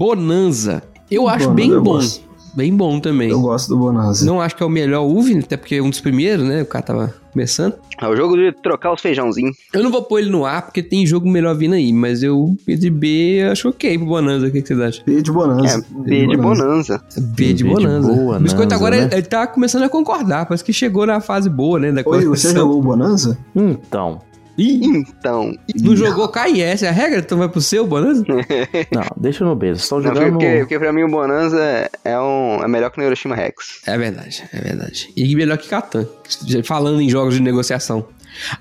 Bonanza. Eu acho Bonanza bem eu bom. gosto. Bem bom também. Eu gosto do Bonanza. Não acho que é o melhor UV, até porque é um dos primeiros, né? O cara tava começando. É o jogo de trocar os feijãozinhos. Eu não vou pôr ele no A, porque tem jogo melhor vindo aí, mas eu, B de B, eu acho ok pro Bonanza. O que, que vocês acham? B de É, Bonanza. B de Bonanza. Uhum. B de B de Bonanza. boa, o Biscoito Nanza, agora, né? ele, ele tá começando a concordar, parece que chegou na fase boa, né, da Oi, você coleção. jogou o Bonanza? Então, Ih, Então. não jogou KS, a regra, então vai pro seu Bonanza? não, deixa no beijo. Estão Não, jogando. porque, porque pra mim o Bonanza é, um, é melhor que o Neuroshima Rex. É verdade, é verdade. E melhor que Catan, já falando em jogos de negociação.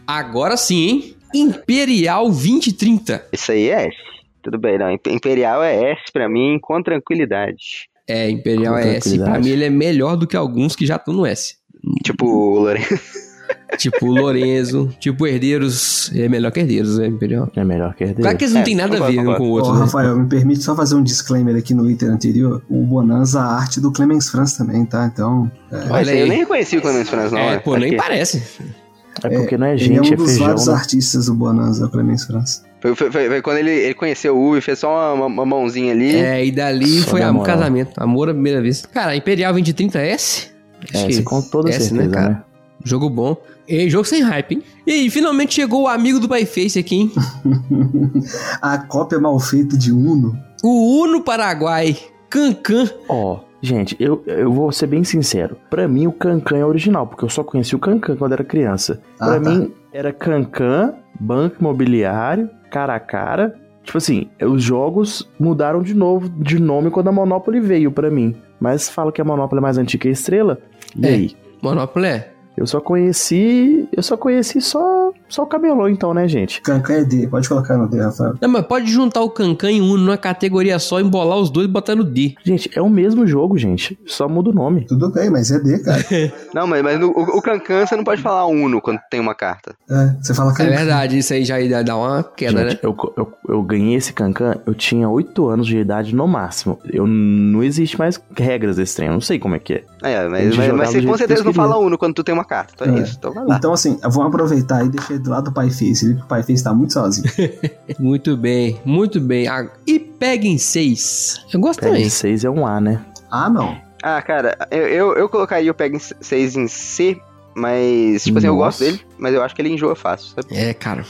Agora sim, hein? Imperial 2030. Isso aí é S. Tudo bem, não. Imp- Imperial é S pra mim, com tranquilidade. É, Imperial Com é S. e Pra tranquilidade. mim ele é melhor do que alguns que já estão no S. Tipo, o Lorenzo. Tipo Lorenzo, tipo Herdeiros. É melhor que Herdeiros, é Imperial. É melhor que herdeiro. Claro que eles não É, têm nada a concordo, ver um com o Ô, outro, né? Rafael, me permite só fazer um disclaimer aqui no item anterior. O Bonanza, a arte do Clemens Franz também, tá? Então, Olha Eu nem aí. reconheci o Clemens Franz, não. É, né? pô, nem Aqui. parece. É porque não é Ele é gente, um é, dos feijão. vários né? artistas do Bonanza, Clemens França. Foi, foi- foi- foi quando ele, ele conheceu o Uwe e fez só uma, uma- uma mãozinha ali. É, e dali Só foi na am- moral. casamento. Amor à primeira vez. Cara, Imperial vem de 30S? Acho É, que isso com toda S, certeza, né, né, cara? Jogo bom. E jogo sem hype, hein? E aí, finalmente chegou o amigo do Byface aqui, hein? A cópia mal feita de Uno. O Uno Paraguai. Cancan. Ó, gente, eu, eu vou ser bem sincero. Pra mim, o Cancan é original, porque eu só conheci o Cancan quando era criança. Pra Ah, tá. mim, era Cancan, Banco Imobiliário, Cara a Cara. Tipo assim, os jogos mudaram de novo de nome quando a Monopoly veio pra mim. Mas falo que a Monopoly é mais antiga que a Estrela. E É. aí? Monopoly é? Eu só conheci. Eu só conheci só, só o cabelô, então, né, gente? Cancan é D, pode colocar no D, Rafael. Não, mas pode juntar o Cancan e o Uno numa categoria só, embolar os dois e botar no D. Gente, é o mesmo jogo, gente. Só muda o nome. Tudo bem, mas é D, cara. Não, mas, mas no- o, o Cancan você não pode falar Uno quando tem uma carta. É, você fala É Cancan. verdade, isso aí já ia dar uma queda, Gente, né? eu, co- eu, eu ganhei esse cancan, eu tinha 8 anos de idade no máximo. Eu não existe mais regras desse trem, eu não sei como é que é. É, Tem mas, de mas, jogar mas você do jeito com que certeza eles não fala queriam. Uno quando tu tem uma carta. Então é, É. isso. Então né? vai lá. Então, assim, vamos aproveitar e deixar do lado do Pai Face, ele, que o Pai Face tá muito sozinho. Muito bem, muito bem. Ah, E peguem seis. Eu gosto Pega também. 6 é um A, né? ah, não. Ah, cara, eu, eu, eu colocaria o Peg 6 em C, mas, tipo assim, eu gosto Nossa. dele, mas eu acho que ele enjoa fácil, sabe? É, cara.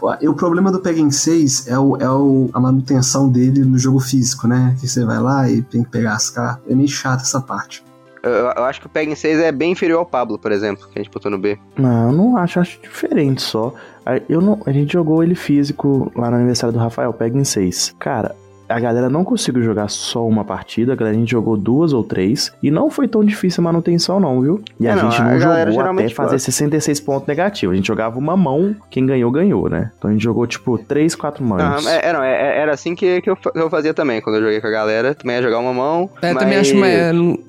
Ó, E o problema do Peggy 6 é, o, é o, a manutenção dele no jogo físico, né? Que você vai lá e tem que pegar as cartas. É meio chato essa parte. Eu, eu- eu acho que o Peg 6 é bem inferior ao Pablo, por exemplo, que a gente botou no B. Não, eu não acho, eu acho diferente só. A- Eu não, a gente jogou ele físico lá no aniversário do Rafael, pega em 6. Cara, a galera não conseguiu jogar só uma partida, a galera a gente jogou duas ou três e não foi tão difícil a manutenção não, viu? E a É, não, gente a não galera jogou até geralmente fazer 66 pontos negativos. A gente jogava uma mão, quem ganhou ganhou, né? Então a gente jogou tipo três, quatro mãos. Não, é, é, não, é- é- era assim que, que eu, fa- que eu fazia também, quando eu joguei com a galera. Também ia jogar uma mão. É, mas... também acho mais.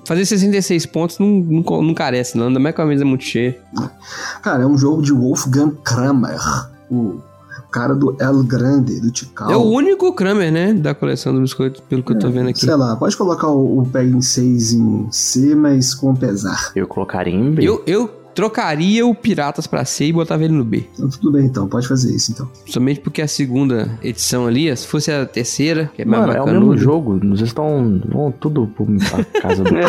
Fazer 66 pontos não, não, co- não carece, não. Ainda mais que a mesa é muito cheia. Cara, é um jogo de Wolfgang Kramer, o cara do El Grande, do Tikal. É o único Kramer, né? Da coleção do biscoito, pelo que eu tô vendo aqui. Sei lá, pode colocar o, o Peggy 6 em C, mas com pesar. Eu colocaria em B. Eu, eu trocaria o Piratas pra C e botava ele no B. Então, tudo bem, então, pode fazer isso, então. Somente porque a segunda edição ali, se fosse a terceira, que é mais Mano, é o bacanuda. mesmo jogo. Vocês estão. Vão tudo pra casa do cão.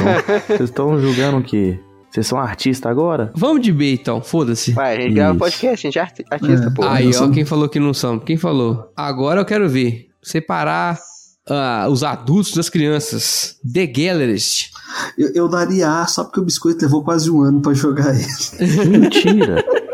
Vocês estão julgando que. Vocês são artista agora? Vamos de B então, foda-se. Ué, a gente grava Isso. podcast, a gente é arti- artista, É. pô. Ah, Aí, eu ó, sou- quem falou que não são? Quem falou? Agora eu quero ver. Separar ah, os adultos das crianças. The Gallerist. Eu, eu daria A só porque o Biscoito levou quase um ano pra jogar ele. Mentira! Mentira!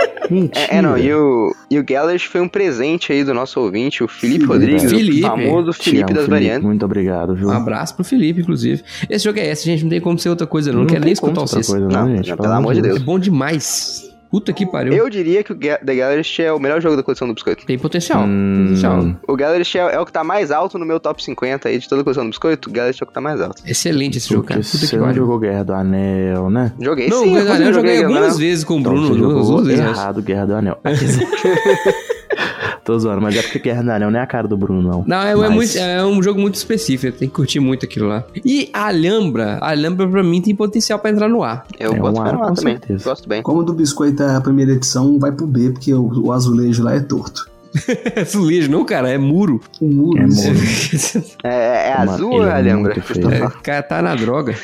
É, é, não, e o, e o Gellers foi um presente aí do nosso ouvinte, o Felipe Felipe. Rodrigues, Felipe. o famoso Te Felipe amo, das variantes. Muito obrigado, viu? Um abraço pro Felipe, inclusive. Esse jogo é esse, gente. Não tem como ser outra coisa, não. não tem quero nem como escutar outra vocês. coisa, Não, não, gente. não, pelo amor de É Deus. bom demais. Puta que pariu. Eu diria que o Ge- The Gallerist é o melhor jogo da coleção do Biscoito. Tem potencial. Hum. tem potencial. O Gallerist é, é o que tá mais alto no meu top 50 aí de toda a coleção do Biscoito. O Gallerist é o que tá mais alto. Excelente esse jogo, Porque cara. Puta você que não pariu. jogou Guerra do Anel, né? Joguei Não, sim, o eu quase Guerra eu joguei Guerra do algumas Anel. vezes com o Então, Bruno. você duas, jogou duas vezes. acho. errado Guerra do Anel. Tô zoando, mas é porque Guerra do Anel não é a cara do Bruno, não. Não, é, é Mas- muito- é um jogo muito específico, tem que curtir muito aquilo lá. E a Alhambra, a Alhambra pra mim tem potencial pra entrar no ar. Eu É boto um fé no ar ar, com também. certeza. Gosto bem. Como o do Biscoito é a primeira edição, vai pro B, porque o, o azulejo lá é torto. É azulejo, não, cara, é muro. O muro, É isso. muro. É, é Mano, azul ele ou é é a Alhambra? muito Vocês tão feio. É, falando? o cara tá na droga.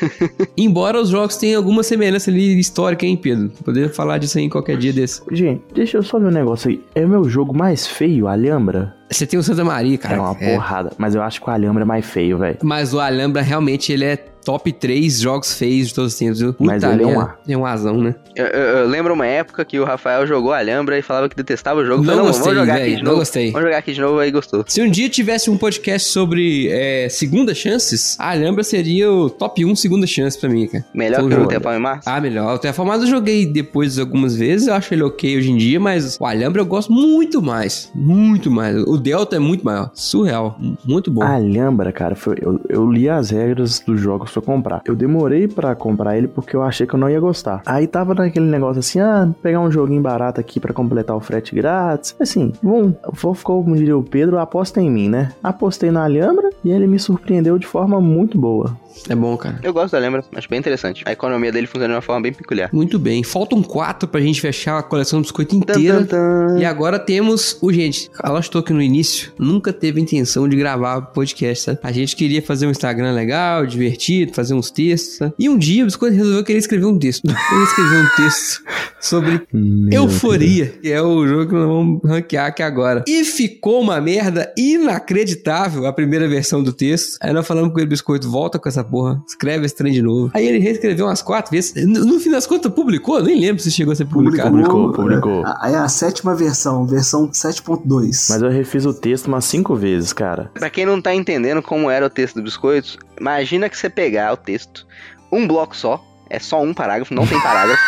Embora os jogos tenham alguma semelhança ali histórica, hein, Pedro? Poder falar disso aí em qualquer dia desse. Gente, deixa eu só ver um negócio aí. É o meu jogo mais feio, Alhambra? Você tem o Santa Maria, cara. é uma é. porrada. Mas eu acho que o Alhambra é mais feio, velho. Mas o Alhambra realmente ele é top 3 jogos feios de todos os tempos, viu? Mas ele é um merda. A. É um azão, né? Eu, eu- eu lembro uma época que o Rafael jogou a Alhambra e falava que detestava o jogo. Não Falei, não, gostei, vamos jogar velho, aqui de não novo. gostei. Vamos jogar aqui de novo, aí gostou. Se um dia tivesse um podcast sobre é, segunda chances, a Alhambra seria o top 1 segunda chance pra mim, cara. Melhor Foi que o jogo. Tefal e Mars? Ah, melhor. O Terraformado eu joguei depois algumas vezes, eu acho ele ok hoje em dia, mas o Alhambra eu gosto muito mais. Muito mais. O Delta é muito maior. Surreal. Muito bom. A Alhambra, Ah, cara, foi- eu, eu li as regras dos jogos pra comprar. Eu demorei pra comprar ele porque eu achei que eu não ia gostar. Aí tava naquele negócio assim, ah, pegar um joguinho barato aqui pra completar o frete grátis. Assim, bom, vou ficar como diria o Pedro, aposta em mim, né? Apostei na Alhambra e ele me surpreendeu de forma muito boa. É bom, cara. Eu gosto da Lembra, acho bem interessante. A economia dele funciona de uma forma bem peculiar. Muito bem. Faltam quatro pra gente fechar a coleção do biscoito Tan, inteira. tan, tan. E agora temos o gente. Ela estou aqui no início, nunca teve a intenção de gravar podcast, sabe? A gente queria fazer um Instagram legal, divertido, fazer uns textos. sabe? E um dia o Biscoito resolveu que ele escreveu um texto. Ele escreveu um texto sobre Meu Euforia, que é o jogo que nós vamos ranquear aqui agora. E ficou uma merda inacreditável a primeira versão do texto. Aí nós falamos com ele, Biscoito, volta com essa porra, escreve esse trem de novo. Aí ele reescreveu umas quatro vezes. No, no fim das contas, publicou? Nem lembro se chegou a ser publicado. Publicou, publicou. É, Aí é a sétima versão, versão 7.2. Mas eu refiz o texto umas cinco vezes, cara. Pra quem não tá entendendo como era o texto do Biscoitos, imagina que você pegar o texto, um bloco só, é só um parágrafo, não tem parágrafo.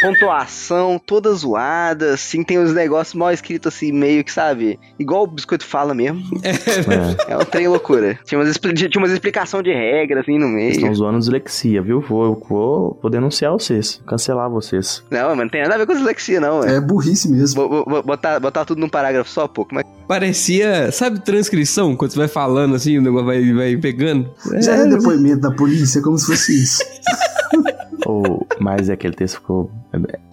Pontuação toda zoada, assim, tem uns negócios mal escritos, assim, meio que, sabe? Igual o Biscoito fala mesmo. É, É um trem loucura. Tinha umas, expli- tinha umas explicação de regra, assim, no vocês meio. estão zoando dislexia, viu? Vou, vou, vou denunciar vocês, cancelar vocês. Não, mas não tem nada a ver com dislexia, não, ué. É burrice mesmo. Bo- bo- bo- Botar, botar tudo num parágrafo só, pô. Como é que Parecia, sabe, transcrição, quando você vai falando assim, o negócio vai, vai pegando. Já é depoimento da polícia, como se fosse isso. Ou, mas é aquele texto ficou.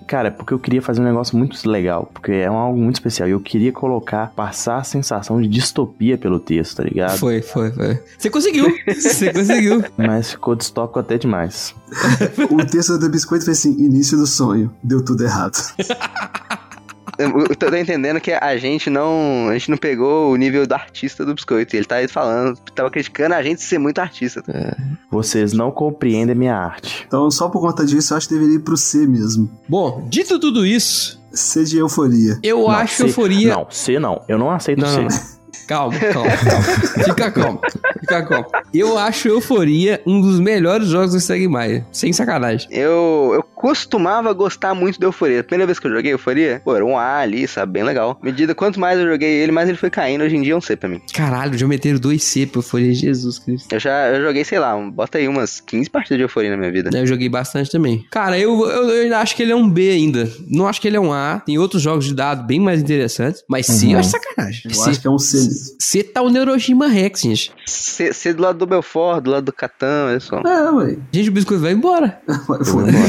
Cara, é porque eu queria fazer um negócio muito legal, porque é um, algo muito especial. E eu queria colocar, passar a sensação de distopia pelo texto, tá ligado? Foi, foi, foi. Você conseguiu, você conseguiu. Mas ficou distópico até demais. O texto do biscoito foi assim: início do sonho, deu tudo errado. Eu eu tô tô entendendo que a gente não. A gente não pegou o nível do artista do biscoito. Ele tá aí falando, tava criticando a gente de ser muito artista. É. Vocês não compreendem a minha arte. Então, só por conta disso, eu acho que deveria ir pro C mesmo. Bom, dito tudo isso, C de euforia. eu Não, acho C- euforia... Não, C não. Eu não aceito Não, C. não, não. Calma, calma, calma. Fica calmo, fica calmo. Eu acho Euforia um dos melhores jogos do Stegmaier, sem sacanagem. Eu, eu costumava gostar muito de Euforia. A primeira vez que eu joguei Euforia, pô, era um A ali, sabe? Bem legal. Medida quanto mais eu joguei ele, mais ele foi caindo. Hoje em dia é um C pra mim. Caralho, já meteram 2C pra Euforia, Jesus Cristo. Eu já eu joguei, sei lá, um- bota aí umas 15 partidas de Euforia na minha vida. Né, Eu joguei bastante também. Cara, eu, eu, eu ainda acho que ele é um B ainda. Não acho que ele é um A. Tem outros jogos de dado bem mais interessantes. Mas C Uhum. eu acho sacanagem. Eu C acho que é um C mesmo. Você tá o Neuroshima Rex, gente. C, C do lado do Belfort, do lado do Catan, olha só. É, ué. Gente, o biscoito vai embora. Ué, Eu vou Foi. embora.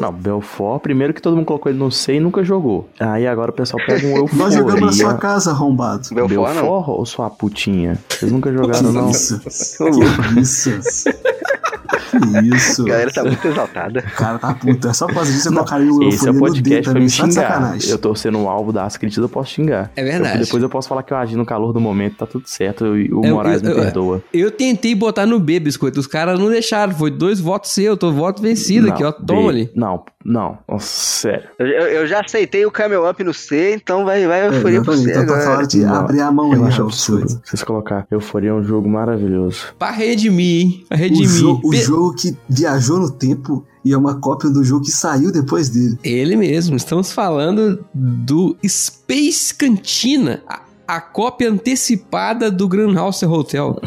não, Belfort, primeiro que todo mundo colocou ele no C e nunca jogou. Aí agora o pessoal pega um euforia. Nós jogamos na sua casa, arrombado. Belfort, não. ou sua putinha? Vocês nunca jogaram, não? Isso. Que isso. Que isso. A galera tá muito exaltada. O cara tá puto. É só por causa disso eu colocaria o Esse é euforia o no dedo podcast pra também, me só de xingar. sacanagem. Eu tô sendo o alvo das críticas, eu posso xingar. É verdade. É, Eu- depois eu posso falar que eu agi no calor do momento, tá tudo certo, eu- o Eu- Moraes eu- me eu- perdoa. Eu tentei botar no B, biscoito. Os caras não deixaram. Foi dois votos seu. Tô voto vencido Não, aqui, ó. B- Toma ali. Não, não, Nossa, sério. Eu, eu- eu já aceitei o camel up no C, então vai, vai É, Euforia pro exatamente. C Então tá agora. falando de Não, abrir a mão Eu aí, acho ó, biscoito. absurdo vocês colocar. Euforia é um jogo maravilhoso. Pra redimir, hein? Pra O, redimir. jo- o Be- jogo que viajou no tempo e é uma cópia do jogo que saiu depois dele. Ele mesmo. Estamos falando do Space Cantina. A, a cópia antecipada do Grand House Hotel.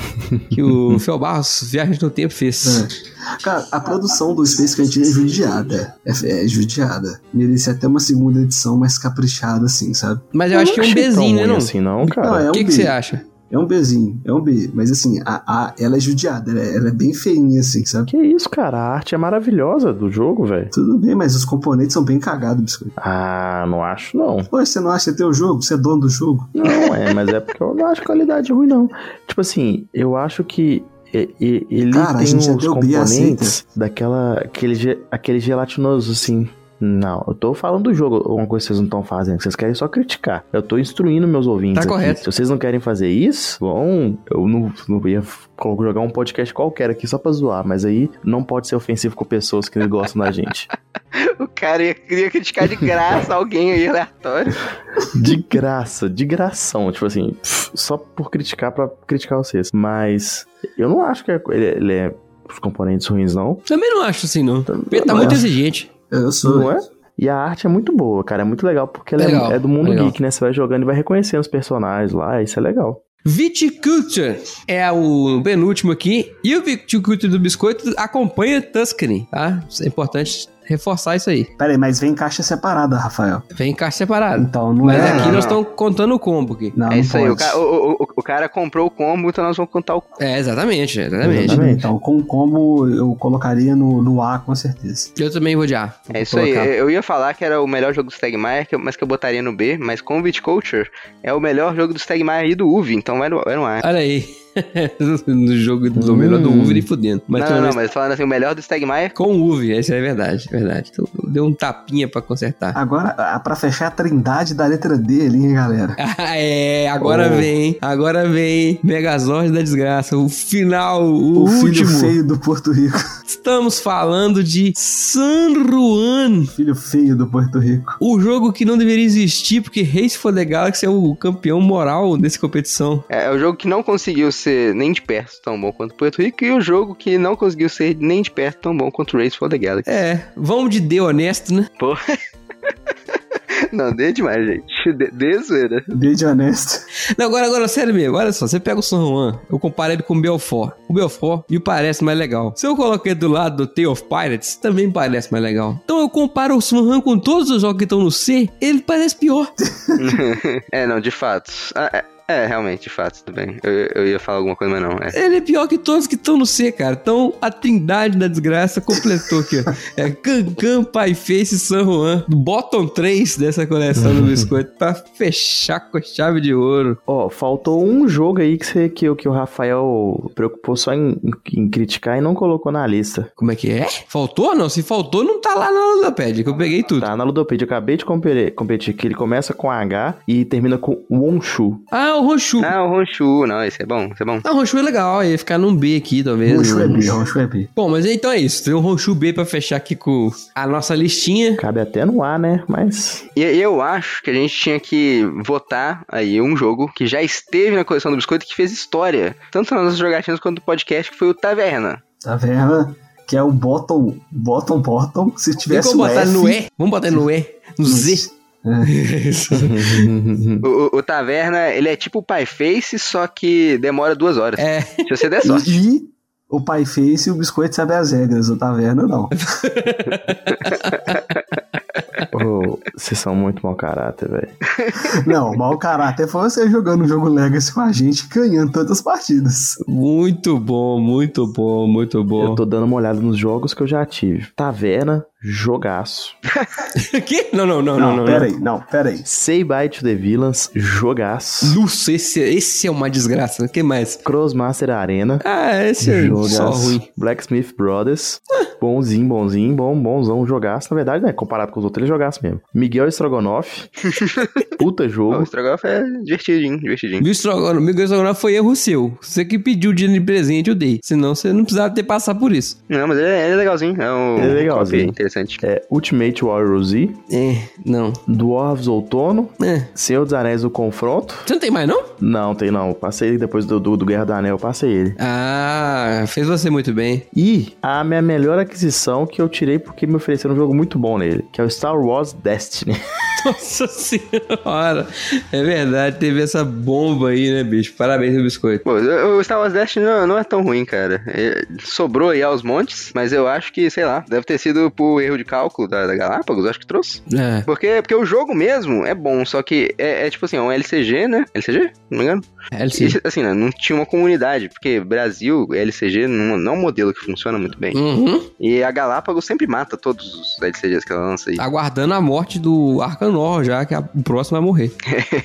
Que o Fel Barros, Viagem no Tempo, fez. É. Cara, a produção do Space Cantina é judiada. É, é judiada. Merecia até uma segunda edição mais caprichada, assim, sabe? Mas eu, acho que é um achei tão Bzinho, né, ruim não? assim, não, Não, cara. é O um que B. que você acha? É um Bzinho, é um B. Mas assim, a, a, ela é judiada, ela é, ela é bem feinha, assim, sabe? Que isso, cara, a arte é maravilhosa do jogo, velho. Tudo bem, mas os componentes são bem cagados, biscoito. Ah, não acho, não. Pô, você não acha que é teu jogo? Você é dono do jogo? Não, é, mas é porque eu não acho qualidade ruim, não. Tipo assim, eu acho que e- e- ele Cara, a tem gente já os deu B, componentes daquela. Aquele, ge- aquele gelatinoso, assim. Não, eu tô falando do jogo, uma coisa que vocês não estão fazendo, que vocês querem só criticar. Eu tô instruindo meus ouvintes. Tá aqui. correto. Se vocês não querem fazer isso, bom, eu não, não ia f- colo- jogar um podcast qualquer aqui só pra zoar, mas aí não pode ser ofensivo com pessoas que gostam da gente. O cara ia, queria criticar de graça alguém aí aleatório. De graça, de gração. Tipo assim, pff, só por criticar pra criticar vocês. Mas eu não acho que é- ele, ele é os componentes ruins, não. Também não acho assim, não. Ele tá Não muito é. exigente. Eu sou. Não é? E a arte é muito boa, cara. É muito legal, porque ela é- Legal, é, do mundo legal. geek, né? Você vai jogando e vai reconhecendo os personagens lá, isso é legal. Viticulture é o penúltimo aqui. E o Viticulture do Biscoito acompanha Tuscany, tá? Isso é importante reforçar isso aí. Pera aí, mas vem caixa separada, Rafael. Vem em caixa separada. Então, não Mas aqui é. Ah, não, nós não. estamos contando o combo aqui. Ah, Não, é não isso aí. O pode. cara, o, o- o- o cara comprou o combo, então nós vamos contar o. É, exatamente, exatamente. Exatamente. Então, com combo eu colocaria no, no A, com certeza. Eu também vou de A. É isso Vou aí. colocar. Eu ia falar que era o melhor jogo do Stagmaier, que eu- mas que eu botaria no B, mas com o Viticulture é o melhor jogo do Stagmaier e do UV, então vai no, vai no A. Olha aí. no jogo do melhor do Uve, nem fudendo. Mas Hum. não, pelo não, não, menos mas falando assim, o melhor do Stagmaier. com o Uve, essa é verdade, verdade. Então, deu um tapinha pra consertar. Agora, a- pra fechar a trindade da letra D ali, hein, galera? Ah, é, agora Oh. vem, agora vem Megazord da desgraça, o final, o, O filho último. feio do Porto Rico. Estamos falando de San Juan, Filho feio do Porto Rico. o jogo que não deveria existir, porque Race for the Galaxy é o campeão moral dessa competição. É, é o jogo que não conseguiu ser nem de perto tão bom quanto Puerto Rico, e o jogo que não conseguiu ser nem de perto tão bom quanto Race for the Galaxy. É, vamos de D honesto, né? Não, dê demais, gente. Dê, dê zoeira. Desde honesto. Não, agora, agora, sério mesmo, olha só, você pega o San Juan, eu comparo ele com o Belfort. O Belfort me parece mais legal. Se eu coloquei do lado do Tale of Pirates, também parece mais legal. Então eu comparo o San Juan com todos os jogos que estão no C, ele parece pior. é, não, de fato. Ah, é, é, realmente, de fato, tudo bem. Eu, eu ia falar alguma coisa, mas não. É. Ele é pior que todos que estão no C, cara. Então a trindade da desgraça completou aqui, ó. É Cancan, Pai Face e San Juan. Bottom 3 dessa coleção do biscoito pra fechar com chave de ouro. Ó, faltou um jogo aí que, você, que, o- que o Rafael preocupou só em, em criticar e não colocou na lista. Como é que é? Faltou? Não, se faltou, não tá lá na Ludopédia, que eu peguei tudo. Tá na Ludopedia, eu acabei de compere- competir, que ele começa com H e termina com Wonshu. Ah, o Rochu. Ah, o Honshu, não, esse é bom, esse é bom. Ah, o Rochu é legal, ia ficar num B aqui, talvez. né? Roxo é B, Roxo é B. Bom, mas então é isso. Tem um Rochu B pra fechar aqui com a nossa listinha. Cabe até no A, né? Mas. E e eu acho que a gente tinha que votar aí um jogo que já esteve na coleção do Biscoito e que fez história, tanto nas nossas jogatinas quanto no podcast, que foi o Taverna. Taverna, Tá que é o bottom, bottom, bottom. Se Tem tivesse um como o botar F, no E? Vamos botar no E, no Z. O, o- o Taverna, ele é tipo o Pie Face, só que demora duas horas. É. Se você der sorte. E, e o Pai Face e o Biscoito sabe as regras. O Taverna, não. Ô, vocês são muito mau caráter, velho. Não, o mau caráter foi você jogando um jogo Legacy com a gente e ganhando tantas partidas. Muito bom, muito bom, muito bom. Eu tô dando uma olhada nos jogos que eu já tive. Taverna, jogaço. que? Não, não, não, não, Não, não. pera aí, não, pera aí. Say Bye to the Villains, jogaço. Lúcio, esse, esse é uma desgraça. O que mais? Crossmaster Arena. Ah, esse é só Jogaço. ruim. Ah. Blacksmith Brothers. Bonzinho, bonzinho, bom, bonzão, jogaço. Na verdade, né? Comparado com os outros, ele jogaço mesmo. Miguel Strogonoff. Puta O jogo. Strogoff é divertidinho, divertidinho. Meu estrogono- meu estrogonofe foi erro seu. Você que pediu o dinheiro de presente, eu dei. Senão você não precisava ter passado por isso. Não, mas ele é, ele é legalzinho. É um Ele é legalzinho. copy interessante. É, Ultimate Warrior Z. É, não. Dwarves Outono. É. Senhor dos Anéis do Confronto. Você não tem mais, não? Não, tem não. Eu Passei depois do, do, do Guerra do Anel, eu passei ele. Ah, fez você muito bem. E a minha melhor aquisição que eu tirei porque me ofereceram um jogo muito bom nele, que é o Star Wars Destiny. Nossa senhora. É verdade, teve essa bomba aí, né, bicho? Parabéns, meu biscoito. Pô, o o Star Wars Dash não, não é tão ruim, cara. É, Sobrou aí aos montes, mas eu acho que, sei lá, deve ter sido por erro de cálculo da, da Galápagos, acho que trouxe. É. Porque, porque o jogo mesmo é bom, só que é, é tipo assim, é um LCG, né? LCG? Não me engano? LC. E, assim, né, não tinha uma comunidade, porque Brasil, LCG, não, não é um modelo que funciona muito bem. Uhum. E a Galápagos sempre mata todos os LCGs que ela Ah, lança aí. Tá Aguardando a morte do Arcanor, já que a- o próximo vai morrer.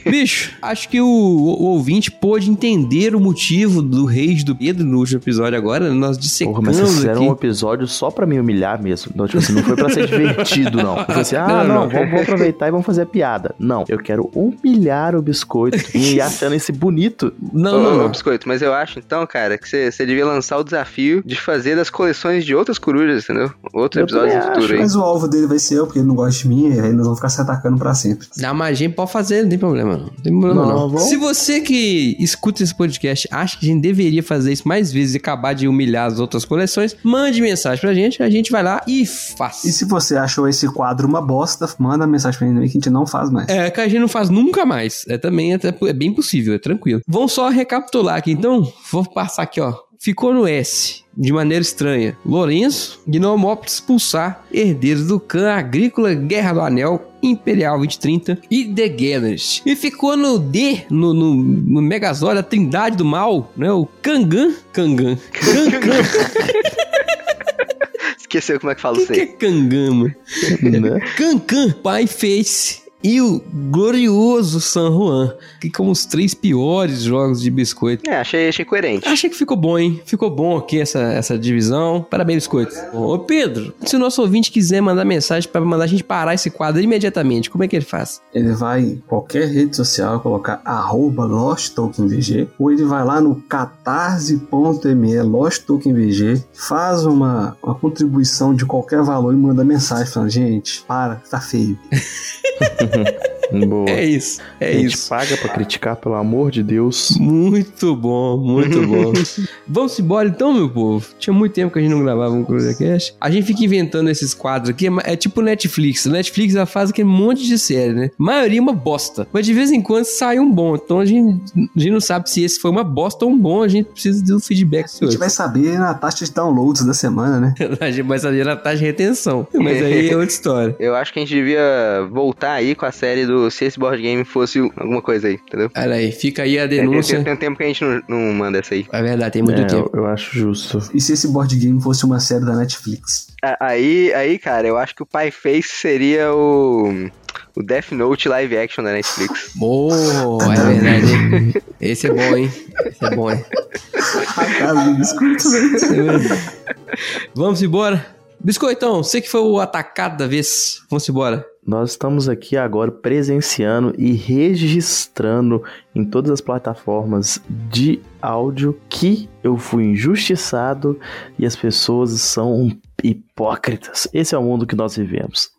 Bicho, acho que o, o ouvinte pôde entender o motivo do rage do Pedro no último episódio agora. né? Nós Porra, dissecamos mas vocês fizeram um aqui. episódio só pra me humilhar mesmo. Não, tipo assim, não foi pra ser divertido, não. Foi assim, ah, Não, não, não. Vamos, vamos aproveitar e vamos fazer a piada. Não, eu quero humilhar o biscoito e achando esse bonito. Ô, Não, não, ô, não. biscoito, mas eu acho então, cara, que você devia lançar o desafio de fazer das coleções de outras corujas, entendeu? Outros Eu episódios do também futuro aí. Mas o alvo dele vai ser eu, porque ele não gosta de mim, e aí nós vamos ficar se atacando pra sempre. Na magia pode fazer, não tem problema não. Não tem problema não. Não, vamos- Se você que escuta esse podcast acha que a gente deveria fazer isso mais vezes e acabar de humilhar as outras coleções, mande mensagem pra gente, a gente vai lá e faz. E se você achou esse quadro uma bosta, manda mensagem pra mim que a gente não faz mais. É, que a gente não faz nunca é mais. É também até, é bem possível, é tranquilo. Vamos só recapitular aqui, então. Vou passar aqui, ó. ficou no S, de maneira estranha. Lourenço, Gnomópolis expulsar, Herdeiros do Khan, Agrícola, Guerra do Anel, Imperial 2030 e The Ganners. E ficou no D, no, no, no Megazord, a Trindade do Mal, né? O Kangan, Kangan, Kangan. Esqueceu como é que fala O isso que é aí. Kangan, mano? né? Cancan, Pai Face e o glorioso San Juan, que como os três piores jogos de biscoito. É, achei, achei coerente. Achei que ficou bom, hein? Ficou bom aqui essa, essa divisão. Parabéns, biscoitos. Ô, Pedro, se o nosso ouvinte quiser mandar mensagem pra mandar a gente parar esse quadro imediatamente, como é que ele faz? Ele vai em qualquer rede social colocar arroba LostTokenVG ou ele vai lá no catarse.me LostTokenVG, faz uma, uma contribuição de qualquer valor e manda mensagem falando, gente, para, tá feio. Boa. É isso, é a gente isso. paga pra criticar, pelo amor de Deus. Muito bom, muito bom. Vamos embora então, meu povo. Tinha muito tempo que a gente não gravava um CruzaCast. A gente fica inventando esses quadros aqui. é ma- É tipo Netflix. Netflix é ela faz aquele um monte de série, né? A maioria é uma bosta. Mas de vez em quando sai um bom. Então a gente, a gente não sabe se esse foi uma bosta ou um bom. A gente precisa do feedback A sobre. gente vai saber na taxa de downloads da semana, né? A gente vai saber na taxa de retenção. Mas aí é outra história. Eu acho que a gente devia voltar aí com a série do Se esse board game fosse um, alguma coisa aí, entendeu? Olha aí, fica aí a Tem, tem- denúncia. tem um tempo que a gente não, não manda essa aí. É verdade, tem muito É, tempo. eu, eu acho justo. E se esse board game fosse uma série da Netflix? A- Aí, aí, cara, eu acho que o Pai Face seria o. O Death Note live action da Netflix. Boa, é verdade. hein? Esse é bom, hein? Esse é bom, hein? A casa do biscoito, velho. Vamos embora. Biscoitão, você que foi o atacado da vez. Vamos embora. Nós estamos aqui agora presenciando e registrando em todas as plataformas de áudio que eu fui injustiçado e as pessoas são hipócritas. Esse é o mundo que nós vivemos.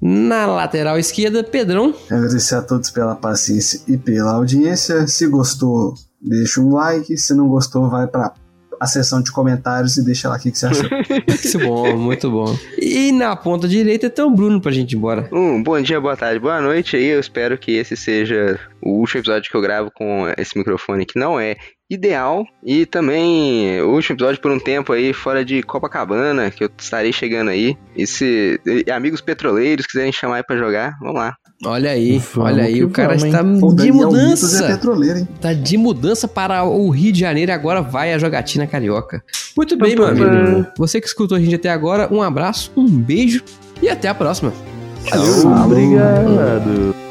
Na lateral esquerda, Pedrão. Agradecer a todos pela paciência e pela audiência. Se gostou, deixa um like. Se não gostou, vai pra a seção de comentários e deixa lá o que que você achou. Muito bom, muito bom. E na ponta direita, então o Bruno pra gente ir embora. Um bom dia, boa tarde, boa noite aí. Eu espero que esse seja o último episódio que eu gravo com esse microfone que não é ideal. E também o último episódio por um tempo aí fora de Copacabana, que eu estarei chegando aí. E se e amigos petroleiros quiserem chamar aí pra jogar, vamos lá. Olha aí, Vamos olha aí, que o cara vamos, hein? está O de Daniel Mitos é mudança. petroleiro, hein? Tá de mudança para o Rio de Janeiro e agora vai a jogatina carioca. Muito bem, meu amigo. Você que escutou a gente até agora, um abraço, um beijo e até a próxima. Falou. Obrigado.